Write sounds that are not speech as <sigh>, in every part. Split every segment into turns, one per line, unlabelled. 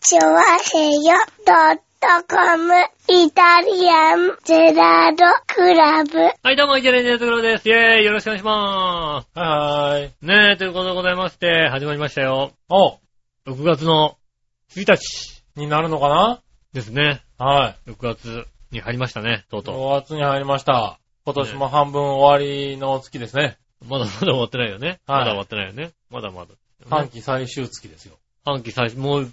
チョワヘヨドットコムイタリアンゼラードクラブ。
はい、どうも、イケレンジェルトクロです。イェーイ、よろしくお願いしま
はーい。
す。ねえ、ということでございまして、始まりましたよ。
お、
6月の
1日になるのか
ですね、
なはい。
6月に入りましたね、とうと
5月に入りました。今年も半分終わりの月ですね。
う。まだまだ終わってないよね。
は
まだ
い
終わってないよね。まだまだ。
半期最終月ですよ。
半期最初、もう、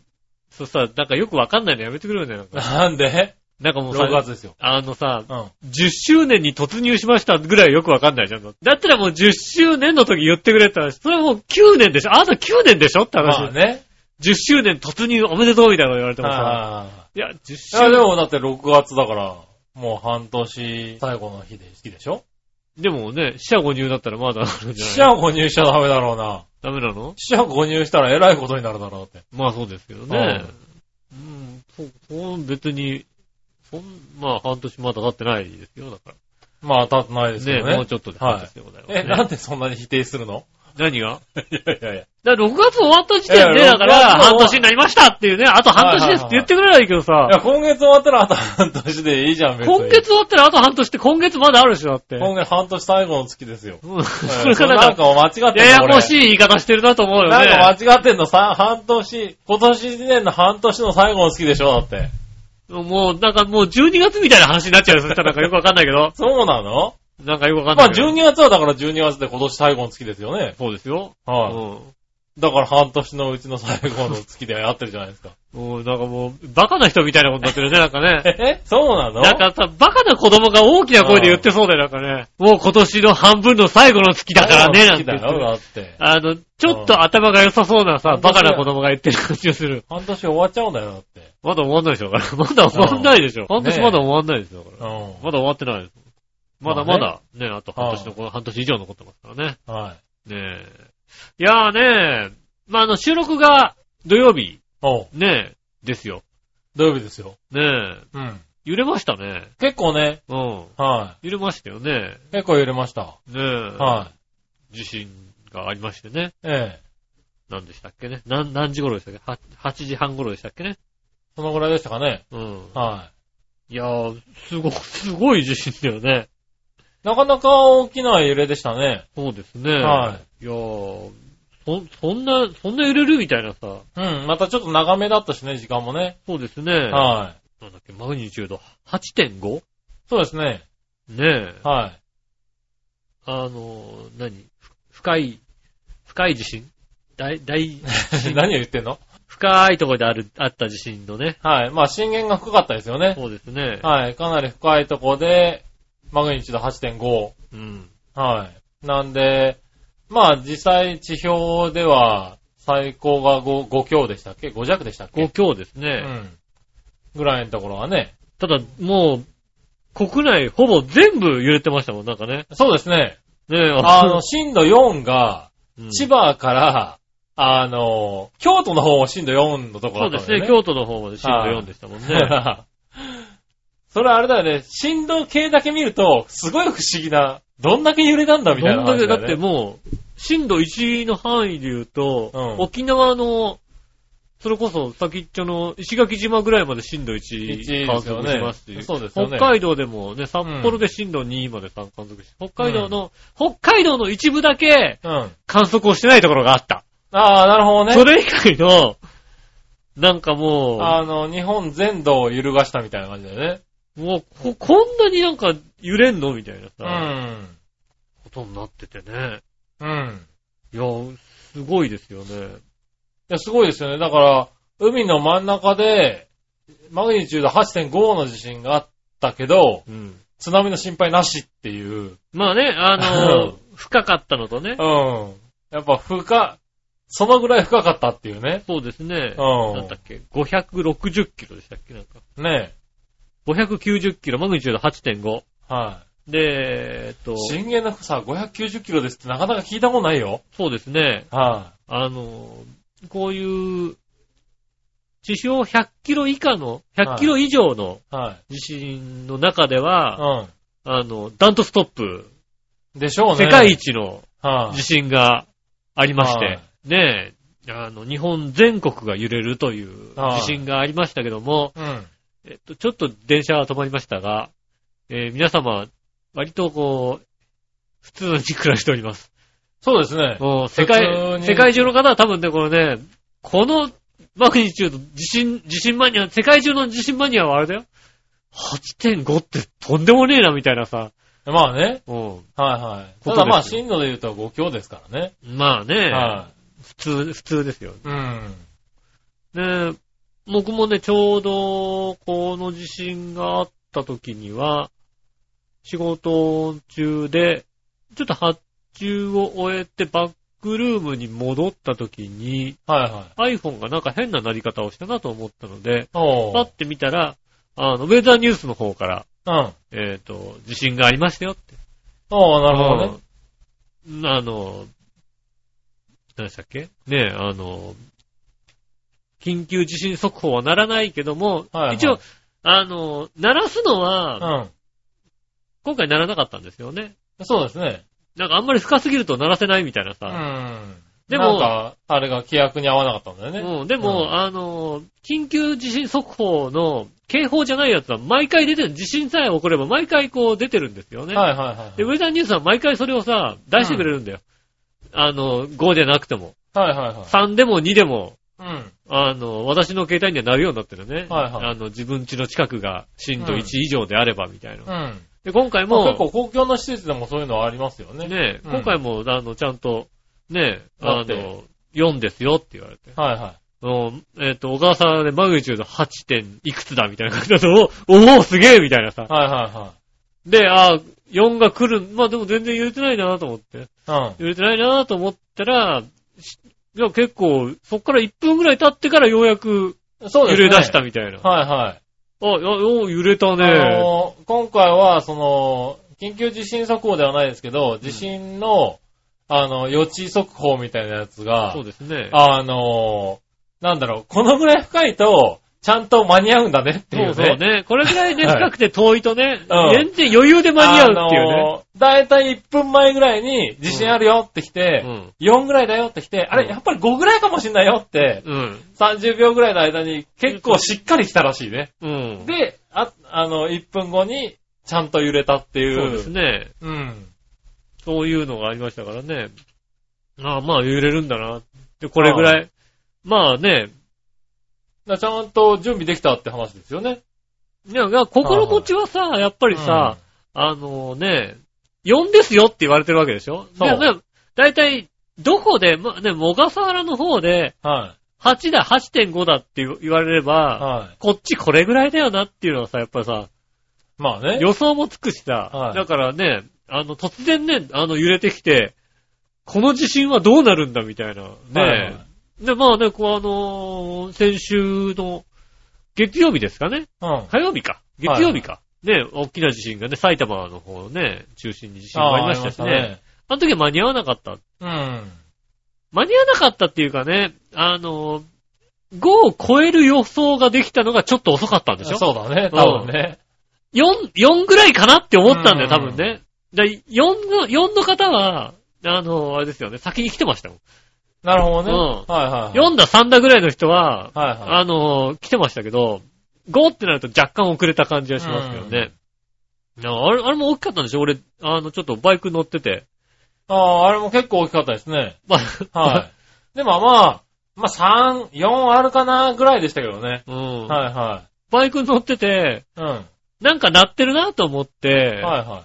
そしたら、なんかよくわかんないのやめてくれるんだよ。
<laughs>
なんか
なんで
なんかもうさ
?6 月ですよ。
あのさ、
うん。
10周年に突入しましたぐらいよくわかんないじゃん。だったらもう10周年の時言ってくれたら、それはもう9年でしょあなた9年でしょって話。
まあね。
10周年突入おめでとうみたいなこと言われてもさ。
はい
や、10
い。いや、
周
で
年。
もだって6月だから、もう半年最後の日で月でしょ
でもね、死者誤入だったらまだあるんじ
死
ゃない
者誤入しちゃダメだろうな。
ダメなの
死者誤入したらえらいことになるだろうって。
まあそうですけどね。うん、そう、そう別に、そん、まあ半年まだ経ってないですよ、だか
まあ当たってないで
ら。
すけ
ね
どね。
もうちょっとで半年でございます、ね
え、なんでそんなに否定するの
何が
いやいやいや。
だから6月終わった時点
い
で、
や
だから、
6月終わ
半年になりましたっていうね、あと半年ですって言ってくれればいいけどさ
い、や、今月終わったらあと半年でいいじゃん、別に。
今月終わったらあと半年って今月まだあるでしょ、だって。
今月半年最後の月ですよ。
うん
<laughs> うん
<laughs> それから
な
なんん
か
か、
間違ってんの
ややこし
い。
い言い方してるなと思うよ
なん
ね。
か間違ってんのさ、半年、今年1年の半年の最後の月でしょだって。
もう、なんかもう12月みたいな話になっちゃうよ。そしたらなんかよくわかんないけど。
そうなの
なんかよくわかんな
まあ
いけど。
12月はだから12月で今年最後の月ですよね。
そうですよ。
は
う
い。だから半年のうちの最後の月でやってるじゃないですか。
ん。もう、なんかもう、バカな人みたいなことになってるね、なんかね。
えそうなの
なんかさ、バカな子供が大きな声で言ってそうだよ、なんかね。もう今年の半分の最後の月だからね、なんて
月だ
言って
よ、
る。
だって。
あの、ちょっと頭が良さそうなさ、
ん
バカな子供が言ってる感じがする。
半年終わっちゃうんだよ、だって。
まだ終わんないでしょ、だからまだ終わんないでしょ。半年まだ終わんないですよ、だから
う
まだ終わってないです。まだ
まあ
ま
ね
だ、ね、あと半年の、この半年以上残ってますからね。
ん。はい。
ねえ。いやーねえ、まあ、あの、収録が土曜日、
おう
ねえ、ですよ。
土曜日ですよ。
ねえ、
うん。
揺れましたね。
結構ね、
うん。
は
揺れましたよね。
い。結構揺れました。
ねえ。
はい。
地震がありましてね。
ええ。
何でしたっけね。何、何時頃でしたっけは ?8 時半頃でしたっけね。
そのぐらいでしたかね。
うん。
はい。
いやー、すご、すごい地震だよね。
なかなか大きな揺れでしたね。
そうですね。。
はい
いやー、そ、そんな、そんな揺れるみたいなさ。
うん。またちょっと長めだったしね、時間もね。
そうですね。
は
なんだっけ、マグニチュード 8.5?
い。そうですね。
ねえ。
はい。
あの、何ふ深い、深い地震大、大、
<laughs> 何を言ってんの
深いところである、あった地震のね。
はい。まあ、震源が深かったですよね。
そうですね。
はい。かなり深いとこで、マグニチュード8.5。
うん。
はい。なんで、まあ、実際地表では最高が 5, 5強でしたっけ ?5 弱でしたっけ
5強です
う
ね。
ん。ぐらいのところはね。
ただ、もう、国内ほぼ全部揺れてましたもん、なんかね。
そうで
<laughs>
すね。
ねえ、
あの、、震度4が、
うん
千葉から、あの、京都の方も震度4のとこ
そ
ろ
うで
だった
す
んだ
ね、
よね。
京都の方まで震度4でしたもんね。
<laughs> ね。それあれだよね、振動計だけ見ると、すごい不思議な、どんだけ揺れたんだみたい
ど
なん
だ
話
け、
だ
だ
よ
って
ね。
もう、震度1の範囲で言うと、
うん
沖縄の、それこそ先っちょの石垣島ぐらいまで震度
1
1観測しますし、
ですよねそうですよね
北海道でもね、札幌で震度2まで観測して、北海道の、北海道の一部だけ
うん。
観測をしてないところがあった。
ああ、なるほどね
そ。れ以外の、なんかも
あの、日本全土を揺るがしたみたいな感じだよね。
う、もうこ、こんなになんか揺れんのみたいなさ、
うん。
ことになっててね。
うん。
いや、すごいですよね。
いや、すごいですよね。だから、海の真ん中で、マグニチュード8.5の地震があったけど、
うん。
津波の心配なしっていう。
まあね、あ
う
の
<laughs>
ー深かったのとね。
うん。やっぱ深、そのぐらい深かったっていうね。
そうですね。なんだっ
う
け、560キロでしたっけなんか。
ん。ね
590キロ、マグニチュード8.5。
え。は
で、えっと
い。、震源の深さ590キロですってなかなか聞いたことないよ。
そうですね。
は
あのーこういう、地表100キロ以下の、100キロ以上の
い。はい。
地震の中では、
う
あの、ダントストップ、
ん。でしょうね。
世界一の
はい
地震がありまし
は
て、ねえ、あの、日本全国が揺れるという
はい
地震がありましたけども、
うん。
えっと、ちょっと電車は止まりましたが、えー皆様、割とこう、普通に暮らしております。
そうですね。
もう世
普通
界、
に
世界中の方は多分ね、これね、このマグニチュード、地震、地震マニア、世界中の地震マニアはあれだよ。8.5ってとんでもねえな、みたいなさ。
まあね。
うん。
はいはい。
ことですよ
ただまあ、震度で言うと5強ですからね。
まあね、
は
普通、普通ですよ。
い。うん。
ね僕もね、ちょうど、この地震があった時には、仕事中で、ちょっと発注を終えてバックルームに戻った時に、
はいはい。
iPhone がなんか変な鳴り方をしたなと思ったので、
お
パッ
ー。
て見たら、あの、ウェザーニュースの方から、
うん。
えっ、と、地震がありましたよって。
おー、なるほどね。
うんあの、何でしたっけねえ、あの、緊急地震速報は鳴らないけども、
はいはい
一応、あの、鳴らすのは、
う
今回鳴らなかったんですよね。
ん。そうですね。
なんかあんまり深すぎると鳴らせないみたいな
う
さ。
ん。
で
で
も
も、なんか、あれが規約に合わなかったんだよね。
うんでも、
うん
あの、緊急地震速報の警報じゃないやつは毎回出てる、地震さえ起これば毎回こう出てるんですよね。
はいはいは
で、
い
ウェザーニュースは毎回それをさ、出してくれるんだよ。あの、5じゃなくても。
はい。はいはいはい。
3でも2でも、
うん。
あの、私の携帯にはなるようになってるね。
はいはい
あの、自分家の近くが震度
うん
1以上であればみたいな。
うん。
で、今回
まあ
も、
結構公共の施設でもそういうのはありますよね。
ね、
うん
今回も、あの、ちゃんと、ね、
だ
あ
って
の、4ですよって言われて。
はいは
うんえっ、と、小川さんはね、マグニチュード 8. 点いくつだみたいな感じだと、 <laughs> おおすげえみたいなさ
い。。はいは
で、あー4が来る。まあでも全然揺れてないなと思って。
いはい。
揺れてないなと思ったら、しいや結構、そっから1分ぐらい経ってからようやく
うん。そう
揺
ですね。
れ出したみたいな。
はいはい。
あ、いやお揺れた
あ
ね。
のー今回は、その、緊急地震速報ではないですけど、地震の、あの、予知速報みたいなやつが
そう、ですね。
あのーなんだろう、このぐらい深いと、ちゃんと間に合うんだねっていう
そ
ね。
うそうね。これぐらいね、
<laughs> はい
深くて遠いとね、
う
全然余裕で間に合うっていう
あ
ね。
のーだいたい1分前ぐらいに、地震あるよってきて、
うん
4ぐらいだよってきて、あ
う
れ、
ん
やっぱり5ぐらいかもしんないよって、
うん。
30秒ぐらいの間に結構しっかり来たらしいね。
うん。
で、あ、あの、1分後に、ちゃんと揺れたっていう。
そうですね。
うん。
そういうのがありましたからね。ああ、まあ揺れるんだな。で、これぐらい。まあね、
だからちゃんと準備できたって話ですよね。
いやいや心持ちはさ、やっぱ
や
りさ、、あのね、4ですよって言われてるわけでしょ
そう
でねだいたい、どこで、まあね、小笠原の方で、
は
8だ、8.5だって言われれ
い。
ば、
は
こっちこれぐらいだよなっていうのはさ、やっぱりさ、
い。まあね。
予想もつくしさ、
はい
だからね、あの、突然ね、あの、揺れてきて、この地震はどうなるんだみたいな。ね、
はいはい
で、まあね、こうあのー先週の月曜日ですかね
うん。
火曜日か。月曜日か。ね、大きな地震がね、埼玉の方をね、中心に地震がありましたしね。あの時は間に合わなかった。
ありましたね。
間に合わなかったっていうかね、あのー5を超える予想ができたのがちょっと遅かったんでし
う
ょ
ん。そうだね、多分ね。
4、4ぐらいかなって思ったんだよ、多分
う
ね。で、4の、4の方は、あの、あれですよね、先に来てましたもん。
なるほどね。
う
はいはいはい。
4だ、3だぐらいの人は、
はいはい。
あの、来てましたけど、5ってなると若干遅れた感じがしますけどね。いやあれ、あれも大きかったんでしょ俺、あの、ちょっとバイク乗ってて。
ああ、あれも結構大きかったですね。
まあ
<laughs> はい。でもまあ、まあ3、4あるかなぐらいでしたけど
<laughs>
ね。
うん
はいは
バイク乗ってて、
い。うん。は
なんか鳴ってるなと思って
い、は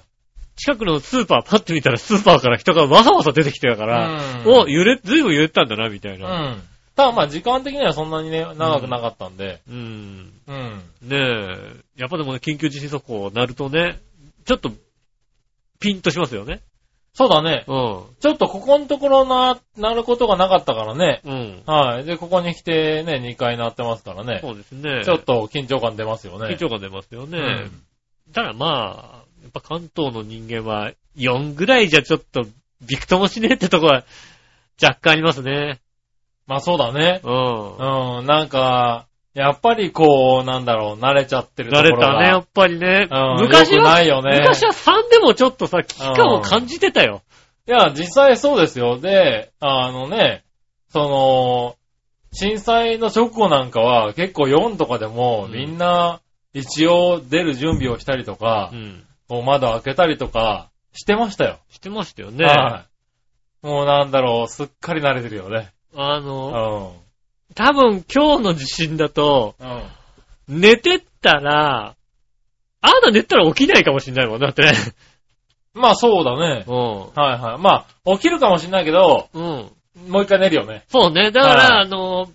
近くのスーパーパッて見たらスーパーから人がわざわざ出てきてたから、
い。
お、
う
揺れ、ずいぶん揺れてたんだな、みたい
ん。う
な。
ん。ただまあ時間的にはそんなにね、長くなかったんで。
うん。
うん。
ねえ、やっぱでもね、緊急地震速報なるとね、ちょっと、ピンとしますよね。
そうだね。
うん。
ちょっとここのところな、なることがなかったからね。
うん。
はい。で、ここに来てね、2回なってますからね。
そうですね。
ちょっと緊張感出ますよね。
緊張感出ますよね。
うん
ただまあ、やっぱ関東の人間は、4ぐらいじゃちょっと、びくともしねえってとこは、若干ありますね。
まあそうだね。
うん。
うん、なんか、やっぱりこう、なんだろう、慣れちゃってると
慣
こ
れ
ろが。
たね、やっぱりね。
うん、
昔
よく
は、
ないよね。
昔は3でもちょっとさ、危機感を感じてたよ。
いや、実際そうですよ。で、あのね、その、震災の直後なんかは結構4とかでも
うん
みんな一応出る準備をしたりとか
う、ん。
こう窓開けたりとかしてましたよ。
してましたよね。
はい。もうなんだろう、すっかり慣れてるよね。
あ
う
の、
ん。
多分今日の地震だと、
うん。
寝てったら、あなた寝たら起きないかもしれないもん、だってね。
まあそうだね。
う
はいはい。まあ、起きるかもしんないけど、
ん。うん。
もう一回寝るよね。
そうね。だから、
はい
あの、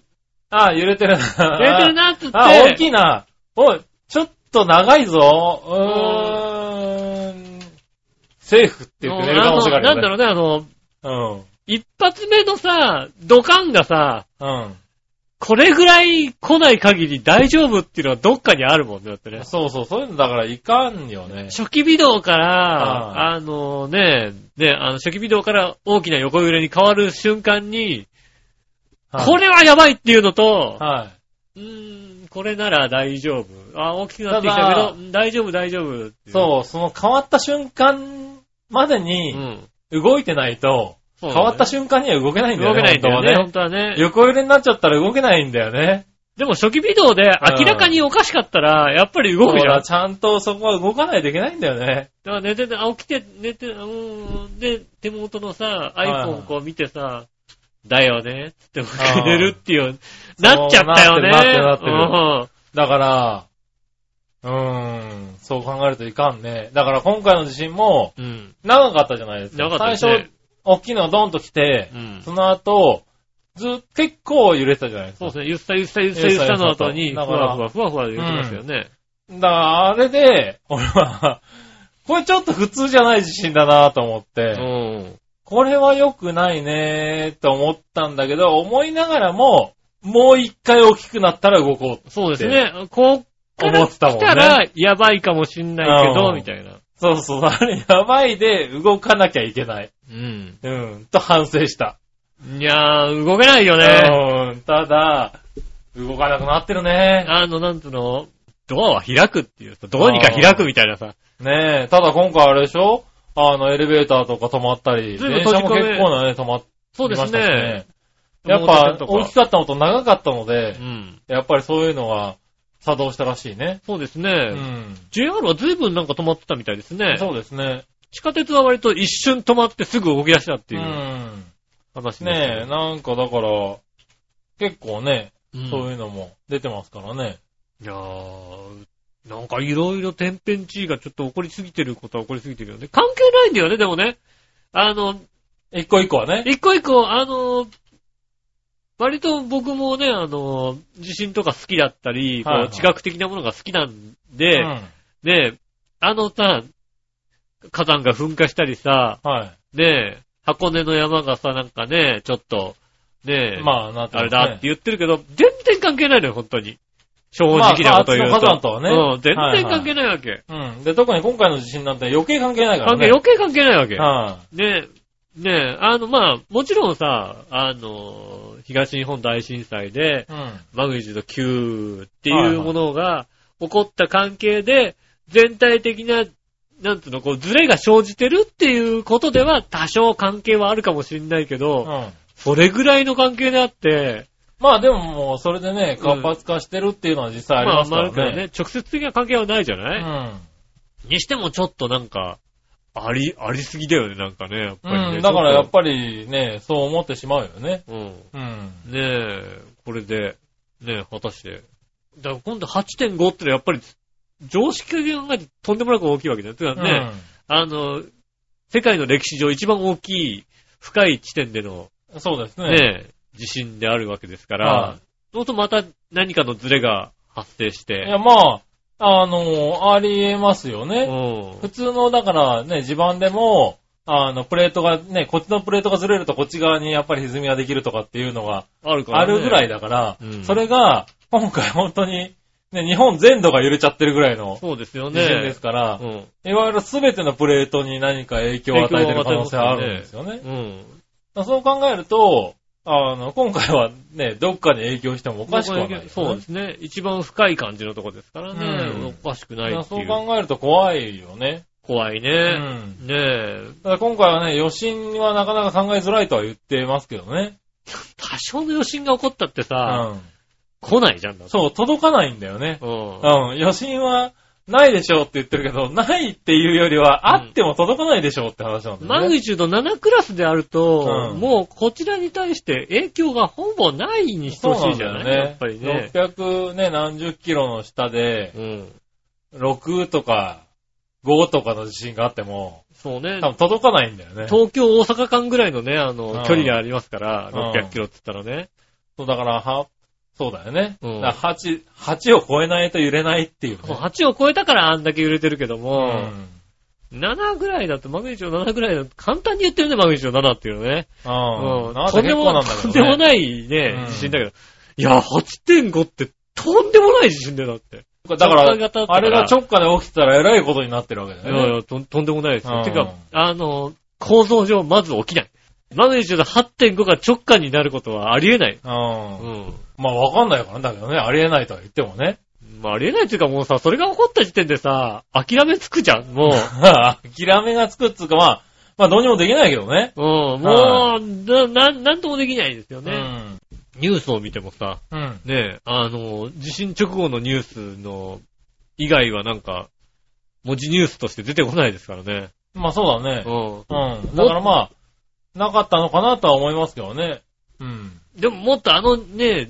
ああ、揺れてる <laughs> な。
寝てるなっつって、
あ、大きいな。おい、ちょっと長いぞ。うーん。セーフって言って寝る可能性がある
あの
よ
なん
ね。
だろうね、あの、
ろ
一発目のさ、ドカンがさ、
うん。うん。
これぐらい来ない限り大丈夫っていうのはどっかにあるもんね、だってね。
そうそう、そういうのだからいかんよね。
初期微動から、
あ
あのね、ね、あの初期微動から大きな横揺れに変わる瞬間に、
はい
これはやばいっていうのと、
は
うーん、これなら大丈夫。あ、大きくなってきたけ
ただ
ど、うん大丈夫大丈夫って
い。
い
そう、その変わった瞬間まで
う。う
に
ん。
動いてないと、
変
変わった瞬間には動けないんだ
動
よ
け
ね。
ないんだよね、本
本
当は
当は
ね
ね。。横揺れになっちゃったら動けないんだよね。
でも初期微動で明らかにおかしかったら、やっぱり動くじ
そう
ゃん
だ。ちゃんとそこは動かないといけないんだよね。
だから寝てて、あ、起きて、寝て、うーん、で、手元のさ、
いはい
iPhone こう見てさ、だよね、つって
ー
寝るっていう、なっちゃったよね。
なってるなってる
なって
だから、うーん、そう考えるといかんね。だから今回の地震も、
る。うん。
長かったじゃないですか。
長かったです
最初
ね、
大きいのがドンと来て
う、ん。
その後、ず、結構揺れてたじゃないです
そう
か。
ですね、ゆったゆったゆったゆったの後に、
ゆ
ふ
っさゆっさと
わふわふわふわ言ってますよね。
だから、あれで、俺は、 <laughs> これちょっと普通じゃない地震だなと思っ
う
て、
ん。
これは良くないねと思ったんだけど、思いながらも、もう一回大きくなったら動こう。
そうですね、こうから
思ってたもん
来
ね
たら、やばいかもしんないけ
う
ど、
ん
みたいな。
そうそう、あれやばいで動かなきゃいけない。
うん。
うん、と反省した。
いやー、動けないよね。
うん、ただ、動かなくなってるね。
あの、なんつうの、ドアは開くっていう、どうにか開くみたいなさ。
ねえ、ただ今回あれでしょあの、エレベーターとか止まったり、
ずいぶん
電
閉じ
車
込
も
め
結構なね、止まっ
そう
て
で
まし
す
たし
ね
ね。。やっ
モー
ぱ
テ、ルとか
大きかったのと長かったので
う、ん。
やっぱりそういうのが作動したらしいね。
そうです
う
ね。
ん。
JR は随分なんか止まってたみたいですね。
そうですね。
地下鉄は割と一瞬止まってすぐ動き出したって
う。
いうん話です
ねえ、なんかだから、結構ね、
うん
そういうのも出てますからね。
いやー、なんかいろいろ天変地異がちょっと起こりすぎてることは起こりすぎてるよね。関係ないんだよね、でもね。あの、
一個一個はね。
一個一個、あの、割と僕もね、あの、地震とか好きだったり、
はいはい
こう地学的なものが好きなんで、
うん。
ねえ、あのさ、火山が噴火したりさ、
は
ねえ、箱根の山がさ、なんかね、ちょっと、ねえ、
い。まあ、なって
あ
ます
れ
ね
だって言ってるけど、全然関係ないのよ、本当に。正直
まあ
なこと言うと。
まああっちの火山とはね
うん、全然関係ないわけ。
うん。で、特に今回の地震なんて余計関係ないから
関係、
ね。
余計関係ないわけ。
は
ねえ、ねえ、あの、まあ、もちろんさ、あの、東日本大震災で、
い。うん。
マグニチュード9って
はいいうはい
ものが起こった関係で、全体的な、なんつうの、こう、ズレが生じてるっていうことでは、多少関係はあるかもしれないけど、
うん。
それぐらいの関係であって、
まあでももうそれでね、活発化してるっていうのは実際あり
まあ、
ますか
ま
ら
あ、
ね。
ね、直接的な関係はないじゃない、にしてもちょっとなんか、あり、ありすぎだよね、なんかね、やっぱ
う
りね
ん。。うん。だからやっ
ぱ
ぱりね、そう思ってしまうよね。
うん。
うん。
ねえ、これで、ねえ、果たして。だから今度8.5ってのはやっぱり、常識的に考えてとんでもなく大きいわけだよ。つまりね、あの、世界の歴史上一番大きい、深い地点での、
うん。そうですね。
ねえ、地震であるわけですから
は、
そうするとまた何かのズレが発生し
い
て、
や、まあ、あの、ありえますよ
う
ね。
ん
普。通の、だからね、地盤でも、あの、プレートがね、こっちのプレートがずれるとこっち側にやっぱり歪みができるとかっていうのが
あるから、
あるぐらい
だ。
だから、
うん
それが、今回本当に、ね、日本全土が揺れちゃってるぐらいの
そうですよ
地
ね。
震ですから、
うん。
いわゆる全てのプレートに何か影響を与えてる可能性はあるんですよね。
うん。
だからそう考えると、あの、今回はね、どっかに影響してもお
お
かしくはないよね、
そうですね。一番深い感じのとこですからね。
うん
おかしくな
だ
い
から
って
そ
いうう。
考えると怖いよね。
怖いね。
うん。
ねえ。
ただ今回はね、余震はなかなか考えづらいとは言ってますけどね。
多少の余震が起こったって
う
さ、
ん。
来ないじゃんだって。
そう、届かないんだよね。
うん。
うん。余震は、ないでしょうって言ってるけど、ないっていうよりは、
うん
あっても届かないでしょうって話なんだ
マ
よ
グ
ね。
ニチュード7クラスであると、
うん
もうこちらに対して影響がほぼないに
そう
等
な
しい
ん
じ
だ
ゃない、
よね。
やっぱりね。
600ね、何十キロの下で、
うん。
6とか5とかの地震があっても、
そうね
多。分届かないんだよね。
東京、大阪間ぐらいのね、あの、
うん
距離がありますから、
うん
600キロって言ったらね。
そうだから、は、そうだよね。
うん
だから8、8を超えないと揺れないっていうね、
8を超えたからあんだけ揺れてるけど
う
も、
ん。
7ぐらいだと、マグニチュード7ぐらいだと、簡単に言ってるね、マグニチュード7っていうのね。
うん。なん
と
か
んで
結
も
構なんだ
とん
け
で
ど
も
ね。
ないね
う、ん
地震だけど。いや、8.5って、とんでもない地震だよ、だって。
だから
直下型だった、から
あれが直下で起きてたらえらいことになってるわけだ
いやい
よね。
や、ととんでもないです
う
よ。
ん
てか、あの、構造上、まず起きない。マグニチュード8.5が直下になることはありえない。
うん
う。ん。
まあわかんないからだけどね、ありえないとは言ってもね。 <laughs>
まあ、ありえないっていうかもうさ、それが起こった時点でさ、諦めつくじゃん、
<laughs>
もう。
諦めがつくっつうか、まあ、まあどうにもできないけどね。
うん、もう、な、ななんともできないですよね。ニュースを見てもさ、
うん。うん。
ねえ、あの、地震直後のニュースの、以外はなんか、文字ニュースとして出てこないですからね。
まあそうだね。
う
うん。だからまあ、なかったのかなとは思いますけどね。うん。
ん。でももっとあのね、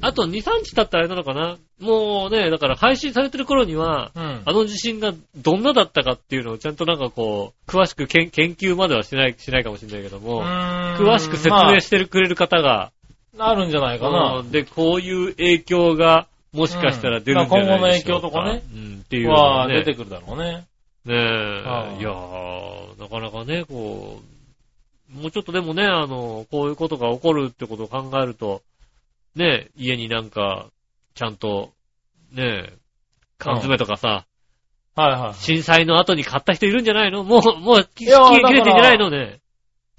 あと2、3日経ったらあれなのかなもうね、だから配信されてる頃には、
うん
あ。の地震がどんなだったかっていうのをちゃんとなんかこう、詳しくけん研究まではしない、しないかもしれないけども、詳
詳
しく説明してくれる方が、
あるんじゃないかな
う。んで、こういう影響が、もしかしたら出るんじゃないでしょうか。
うんまあ今後の影響と
うん、っていうの
は
がね
出てくるだろうね。
ね
ああ
え、いやー、なかなかね、こう、もうちょっとでもね、あの、こういうことが起こるってことを考えると、ねえ、家になんか、ちゃんと、ねえ、缶詰とかさ、
はいは
震災の後に買った人いるんじゃないのもう、もう、期
やー
限切れてんじゃないのね。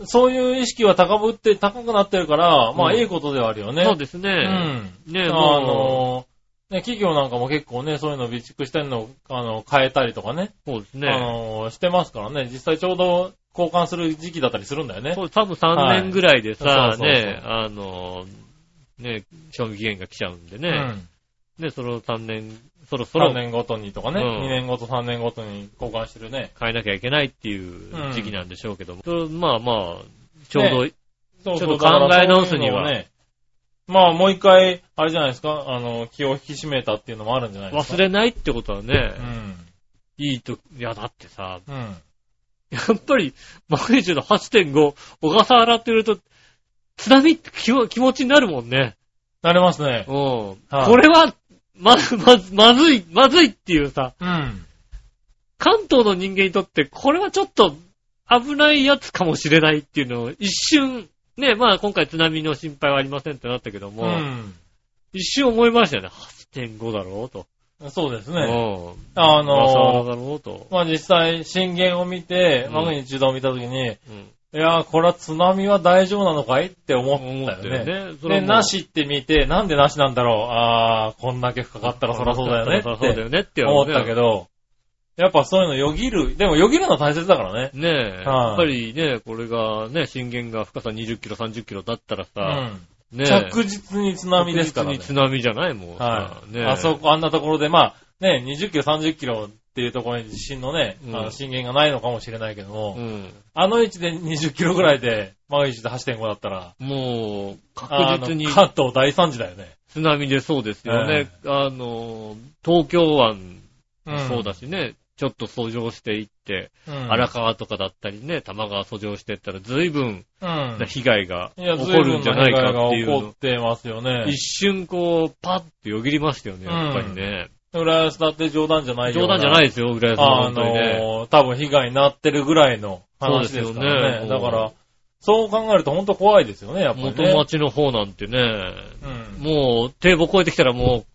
い。そういう意識は高ぶって、高くなってるから、
う
まあ
ん
いいことではあるよね。
そうです
う
ね。
ん。
ねえ、
あ
も
のー、ね、企業なんかも結構ね、そういうのを備蓄してるのを、あの、変えたりとかね、
う、そうです
あ
ね。
のー、してますからね、実際ちょうど交換する時期だったりするんだよね。
そう多分3年ぐらいで
はい
さ、
そうそうそう
ねえ、あの、ねえ、賞味期限が来ちゃうんで
う
ね。
ん。
ねその3年、そろそろ
3年ごとにとかね、
うん
2年ごと3年ごとに交換してるね。
変えなきゃいけないっていう時期なんでしょうけども、それまあまあ、ちょうど、
そう
ちょっと考え直すには
だからそういうのをね。まあ、もう一回、あれじゃないですか、あの、気を引き締めたっていうのもあるんじゃないですか。
忘れないってことはね、
うん。
いいと、いやだってさ、
うん。
やっぱり、マグニチュード8.5、小笠原って言うと、津波って気も気持ちになるもんね。
なれますね。
うん。
はい
これは、まず、まず、まずい、まずいっていうさ、
うん。
関東の人間にとって、これはちょっと危ないやつかもしれないっていうのを一瞬、ね、まあ今回津波の心配はありませんってなったけども、
う
一瞬思いましたよね。8.5だろうと。
ん。そうです
う
ね。
ん。小笠原
あの、
だろうと。
まあ、実際、震源を見て
う、ん
マグニチュードを見たときに、
うん。
いやー、これは津波は大丈夫なのかいって思った
思った
よね。
よね。それ
で、
はもう
なしって見て、なんでなしなんだろうあー、こんだけ深かったらそらそうだよね
そらそうだ
っ
よねって
て思ったけ
ど。
ど、やっぱそういうのよぎる、でもよぎるのは大切だからね。
ねえ、
はい
やっぱりね、これがね、震源が深さ20キロ、30キロだったら
う
さ、
ん。
ねえ
着実に津波ですからね。
確実に津波じゃないもんさ
は、い。
ねえ
あそこ、あんなところで、まあ、ね、20キロ、30キロっていうところに地震のね、
うん
あの震源がないのかもしれないけども、
うん。
あの位置で20キロぐらいで、マグニチュード8.5だったら、
もう、
あの
確実に
関東大惨事だよね。
津波でそうですよね。あの、東京湾もそうだしね、ちょっと遡上していって、
うん、
荒川とかだったりね、多摩川遡上していったら随分
うん。
な被害が
いや、
起
ず
こ
いぶ
るん
ん
じ
の
ゃな
被
い
害
か
が
ってい
起
う
こ
の。
ってますよね。
一瞬こう、パッとよぎりましたよね、やっぱりね。
浦安だって冗談じゃないよ
冗
うな。
談じゃない
い
ですよ、浦安は
あ
本当にね。
の、多分被害になってるぐらいの話ですから
そうですよ
ね。
ね
だから、そう考えると本当怖いですよね、やっぱりね。
元町の方なんてね、
うん
もう堤防越えてきたらも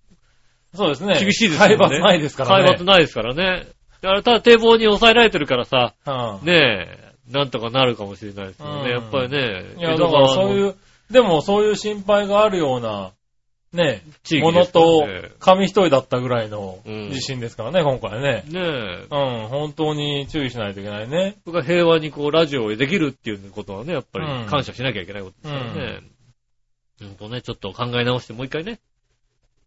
そうです
う
ね。
厳しいですよね。
海抜ないですからね。
海抜ないですからね。だからただ堤防に抑えられてるからさ、
うん
ねえ、なんとかなるかもしれないですよね。
う
や
ん
っぱりね、
いや、だからそう
う
いう、でもそういう心配があるような、ね、
地
も
域で
の
すから
と
ね、
紙一重だったぐらいの
うん
地震ですからね、今回ね。
ねえ、
うん、本当に注意しないといけないね。
僕は平和にこう、ラジオをできるっていうことはね、やっぱり
うん
感謝しなきゃいけないことですからね。うんとね、ちょっと考え直して、もう一回ね、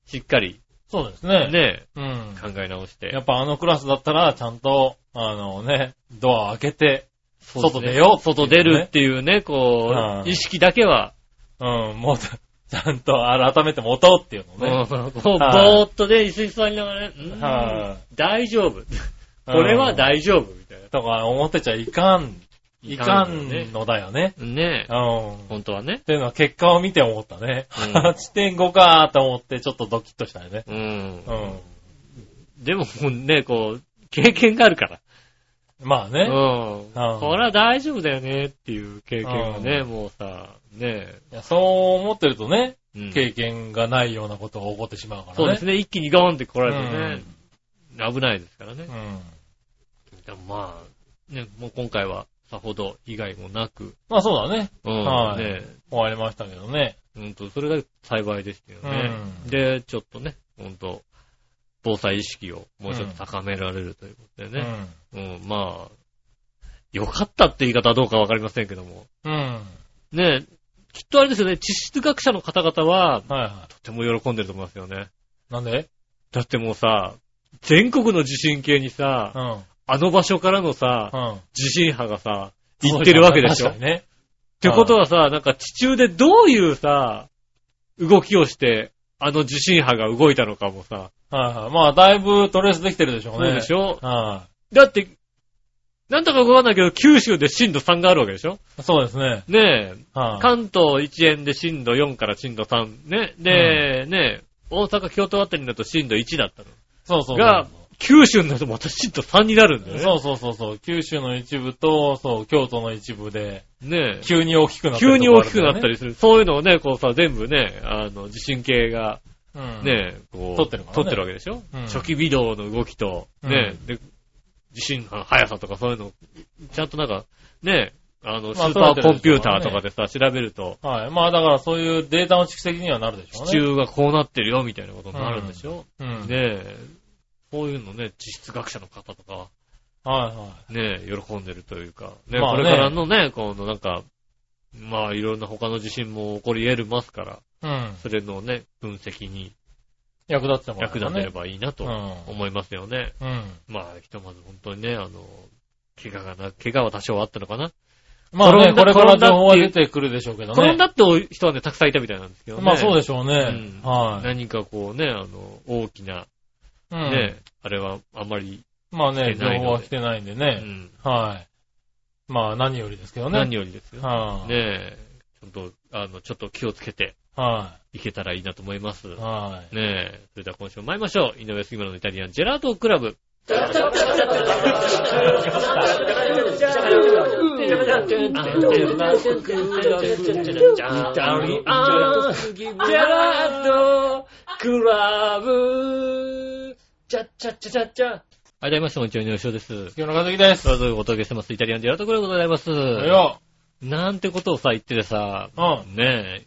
しっかり、
そうですね。
ね、
うん。
考え直して。
やっぱあのクラスだったら、ちゃんと、あのね、ドア開けて、
そうです
外出ようって
外
いうね
出るっていうね、こ
う
う、
ん
意識だけは、
うん、もう、 <laughs> ちゃんと改めて持とうっていうの
も
ね。
うこう、ぼ
はい
ーっとね、椅子に座りながらね、うー
は
ん大丈夫。これは大丈夫、みたいな。
とか、思ってちゃいかん、いか
いかん
ん
のね
のだよね。
ね
う、ん。
本当はね。
っていうのは結果を見て思ったね。
うん
8.5かーと思ってちょっとドキッとしたよね。
うん
う。ん。
でもね、こう、経験があるから。
まあ
う
ね。
ん。
うん
これは大丈夫だよねっていう経験がね、
う
もうさ、ね
いやそう思ってるとね、
うん
経験がないようなことが起こってしまうからね。
そうですね、一気にゴーンって来られてね、
う
危ないですからね
ん。。うん。
でもまあ、ね、もう今回はさほど被害もなく、
まあそうだね。
うん、
はい
ね、
終わりましたけどね。
うんと、それが幸いでしたよね。
うん
で、ちょっとね、ほんと、防災意識をもうちょっと高められるということでね、うん、まあ、良かったって言い方はどうかわかりませんけども、
うん。うん。
ね、きっとあれですよね、地質学者の方々は、
はいは
とても喜んでると思いますよね。
い。なんで
だってもうさ、全国の地震計にさ、
うん。うん。
あの場所からのさ、
行
地震波がさ、行ってるわけでしょ。っ
確かにね。
てことはさ、なんか地中でどういうさ、動きをして、あの地震波が動いたのかもさ、
はいはい。まあだいぶトレースできてるでしょう
そ
ね。
うでしょ
は
だって、なんとか動かんないけど、九州で震度3があるわけでしょ
い。そうですね。
ねえ、
はい。
関東一円で震度4から震度3、ね。で、ねえ、大阪、京都あたりだと震度1だったの。
そうそうそう。
が、九州になるとまた震度3になるんだよね。
そうそうそうそう。九州の一部と、そう、京都の一部で、
ねえ。
急に大きくなったり
急に大きくなった
り。
りする。そういうのをね、こうさ、全部ね、あの、地震計が、
うん。
ね、こう、
撮ってるからね
撮ってるわけでしょ、
うん
初期微動の動きと、ね、で、地震の速さとかそういうの、ちゃんとなんか、ね、あの、ス
まあ
ーパーコンピューターとかでさ、調べると、
はい。まあだからそういうデータの蓄積にはなるでしょうね。
地中がこうなってるよ、みたいなことになるんでしょ、
う
ね
ん。
え、こういうのね、地質学者の方とか、
はいは
ねえ、喜んでるというか、ね、
まあ
こ
ね
れからのね、このなんか、まあいろんな他の地震も起こり得るますから、
い。うん。
それのね、分析に
役立ってもらえ
役
ばね
立てればいいなと
うん
思いますよね。
うん。
まあ、ひとまず本当にね、あの、怪我がな、怪我は多少あったのかな。
まあ
転
ね、
んだ
これから情報は
転んだ
出
って
くるでしょうけどね。
転んだって人はね、たくさんいたみたいなんですけどね。
まあそう
で
でしょうね。
うん
はい。
何かこうね、あの、大きな、
うん
ね、あれはあんまり、
まあ
来て
ね、情
ないので
報は来てないんで
う
ね。
ん、
はい。まあ何よりですけどね。
何よりですよ。ね
はい。
え、ちょっと、あの、ちょっと気をつけて
はい
けたらいいなと思います。
い。はい。
ねえ、それでは今週も参りましょう。井上杉村のイタリアンジェラートクラブ。はい、どうも、こんにちは、井上翔です。
月村和樹です。
どうぞお届けしてます。イタリアンジェラートクラブでございます。
およ。
なんてことをさ、言っててさ、
うん。
ねえ、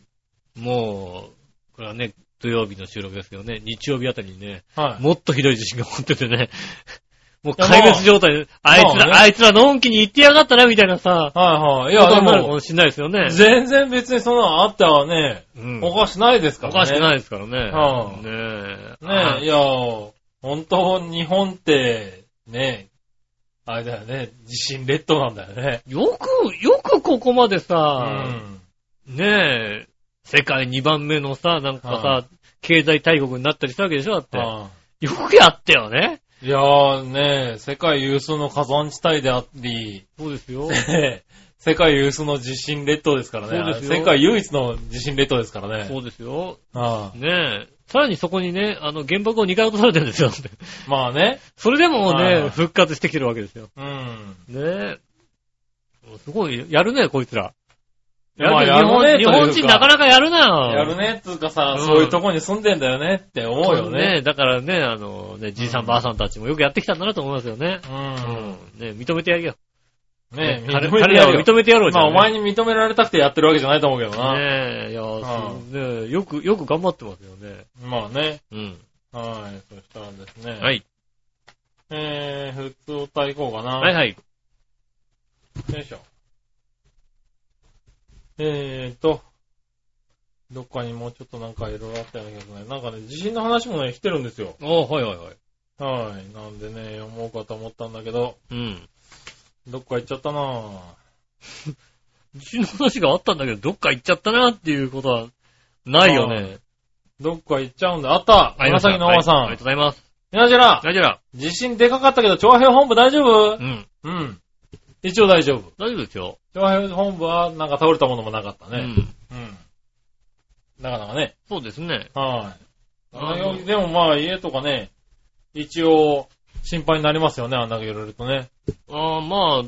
もう、これはね、土曜日の収録ですけどね、日曜日あたりにね、
はい。
もっとひどい地震が起こっててね、もう
や
壊滅状態で、あいつら、
まあね
あいつらのんきに言ってやがったな、みたいなさ、
はいはい。い
こ
や、
と
で
になるかも
も、
しれないですよね。
全然別にそんなのあってはね、
うん
おかしないですか
お
ら
か
ね。。
しくないいですからね。
うん
ねえ。
ねえ、いや、本当、日本って、ねあれだよね、地震列島なんだよね。
よく、よくここまで
う
さ、
ん。
ねえ、世界2番目のさ、なんか
は
さ、経済大国になったりしたわけでしょだって。
は
よくやったよね。
いいやーね、世界有数の火山地帯であり、
そうですよ。
世界有数の地震列島ですからね。
そうですよ
世界唯一の地震列島ですからね。
<laughs> そうですよ。
ああ
ねえ。さらにそこにね、あの、原爆を2回落とされてるんですよ。 <laughs>
まあね。
それでも
はいは
ね、
い
復活してきてるわけですよ。
うん。
ねえ。すごい、やるね、こいつら。や
まあ
るね
やるね
日本日本人なかなかやるな
やるね、つうかさ、
うん
そういうとこに住んでんだよねって思うよね。
だからね、あの、ね、じいさんばあさんたちもよくやってきたんだなと思いますよね。
う。。
うんね認めてやるよ。
ね
彼
認めて
彼
や
ら
る
を
よ
認めてやろうじゃ
まあ、
ん、
お前に認められたくてやってるわけじゃないと思うけどな。
ねえ、いや、
ん
そうねえよく、よく頑張ってますよね。
まあね。
うん。
はい。そしたらですね。。
はいい。
えー、普通歌いこうかな。
はいはい。
よいしょ。えーと、どっかにもうちょっとなんかいろいろあったような気がするね。なんかね、地震の話もね、来てるんですよ。
ああ、はいはいはい。
はい。なんでね、読もうかと思ったんだけど、
うん。
どっか行っちゃったなぁ。
地震の話があったんだけど、どっか行っちゃったなっていうことは、ないよね。
どっか行っちゃうんだ。あった
ありがとう
紫のおばさ
はいありが
ん
と。うございます。
みなじら、
大丈夫だ。
地震でかかったけど、長編本部大丈
う
夫
ん。
うん。一応大丈夫。
大丈夫ですよ。
長編本部は、なんか倒れたものもなかった
う
ね。
ん。
うん。なかなかね。
そうですね。
は
あ
い。あ
の
のでもまあ、家とかね、一応、心配になりますよね、あんだけ揺れるとね。
ああ、まあ、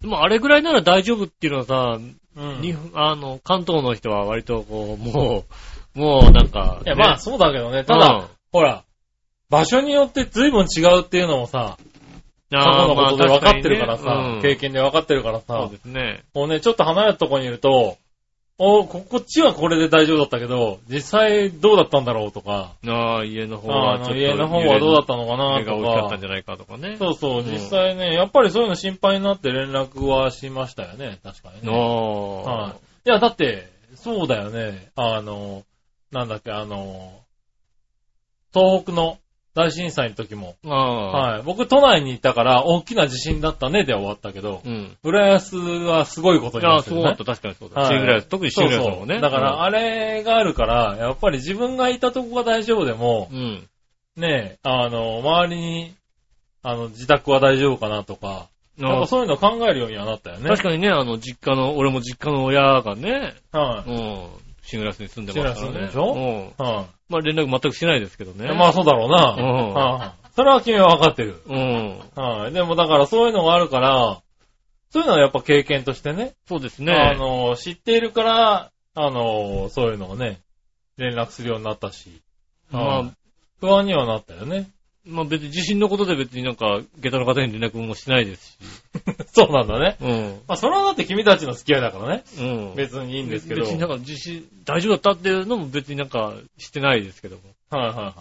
でもあれぐらいなら大丈夫っていうのはさ、
うん。
日
い
本あの、関東の人は割とこう、もう、もうなんか、
や、まあ、
ね
そうだけどね。ただ、、ほら、場所によって随分違うっていうのもさ、
過
過去のことで分かってるからさ、経験で分かってるから
そう
さ、
ですね。
もうね、ちょっと離れたとこにいると、おこ、こっちはこれで大丈夫だったけど、実際どうだったんだろうとか、
ああ、家の方は
あ
ちょっ
の
と
家の方はどうだったのか
揺
な
れが
と
大きかった
か
んじ、ゃないかとかね。
そうそう、
ん
実際ね、やっぱりそういうの心配になって連絡はしましたよね、確かにね。
ああ
は。い。いや、だって、そうだよね。あの、なんだっけ、あの、東北の大震災の時も、
ああ。
はい。僕、都内にいたから、大きな地震だったね、で終わったけど、
うん。
浦安はすごいことに
あ
な
あ、
っ
そ
てる
う
ね。
だった、確かにそうだ。
はい
シングライズ、特にシングライズだもん
そうそ
ね。
うだから、あれがあるから、やっぱり自分がいたとこが大丈夫でも
う、ん。
ね、あの、周りに、あの、自宅は大丈夫かなとか、
うん。
やっ
あ
ぱ
あ
そういうの考えるようにはなったよね。
確かにね、あの、実家の、俺も実家の親がね、
に。は
うん。シングラスに住んでますからね。
シングラスに住んで
うん。
い。は
まあ連絡全くしないですけど
い。
ね。
いやまあそうだろうな。
うん
はいそれは君はわかってる。
うん。
はい。でもだからそういうのがあるから、そういうのはやっぱ経験としてね。
そうですね。
あの、知っているから、あの、そういうのをね、連絡するようになったし、
ま
う
あ
ん、不安にはなったよね。 <laughs>
まあ別に地震のことで別になんか、下駄の方に連絡もしないですし。
そうなんだね。
うん。
まあ、それはだって君たちの付き合いだからね。
うん。
別にいいんですけど。は
別
い
になんか地震、大丈夫だったっていうのも別になんかしてないですけども。
はいは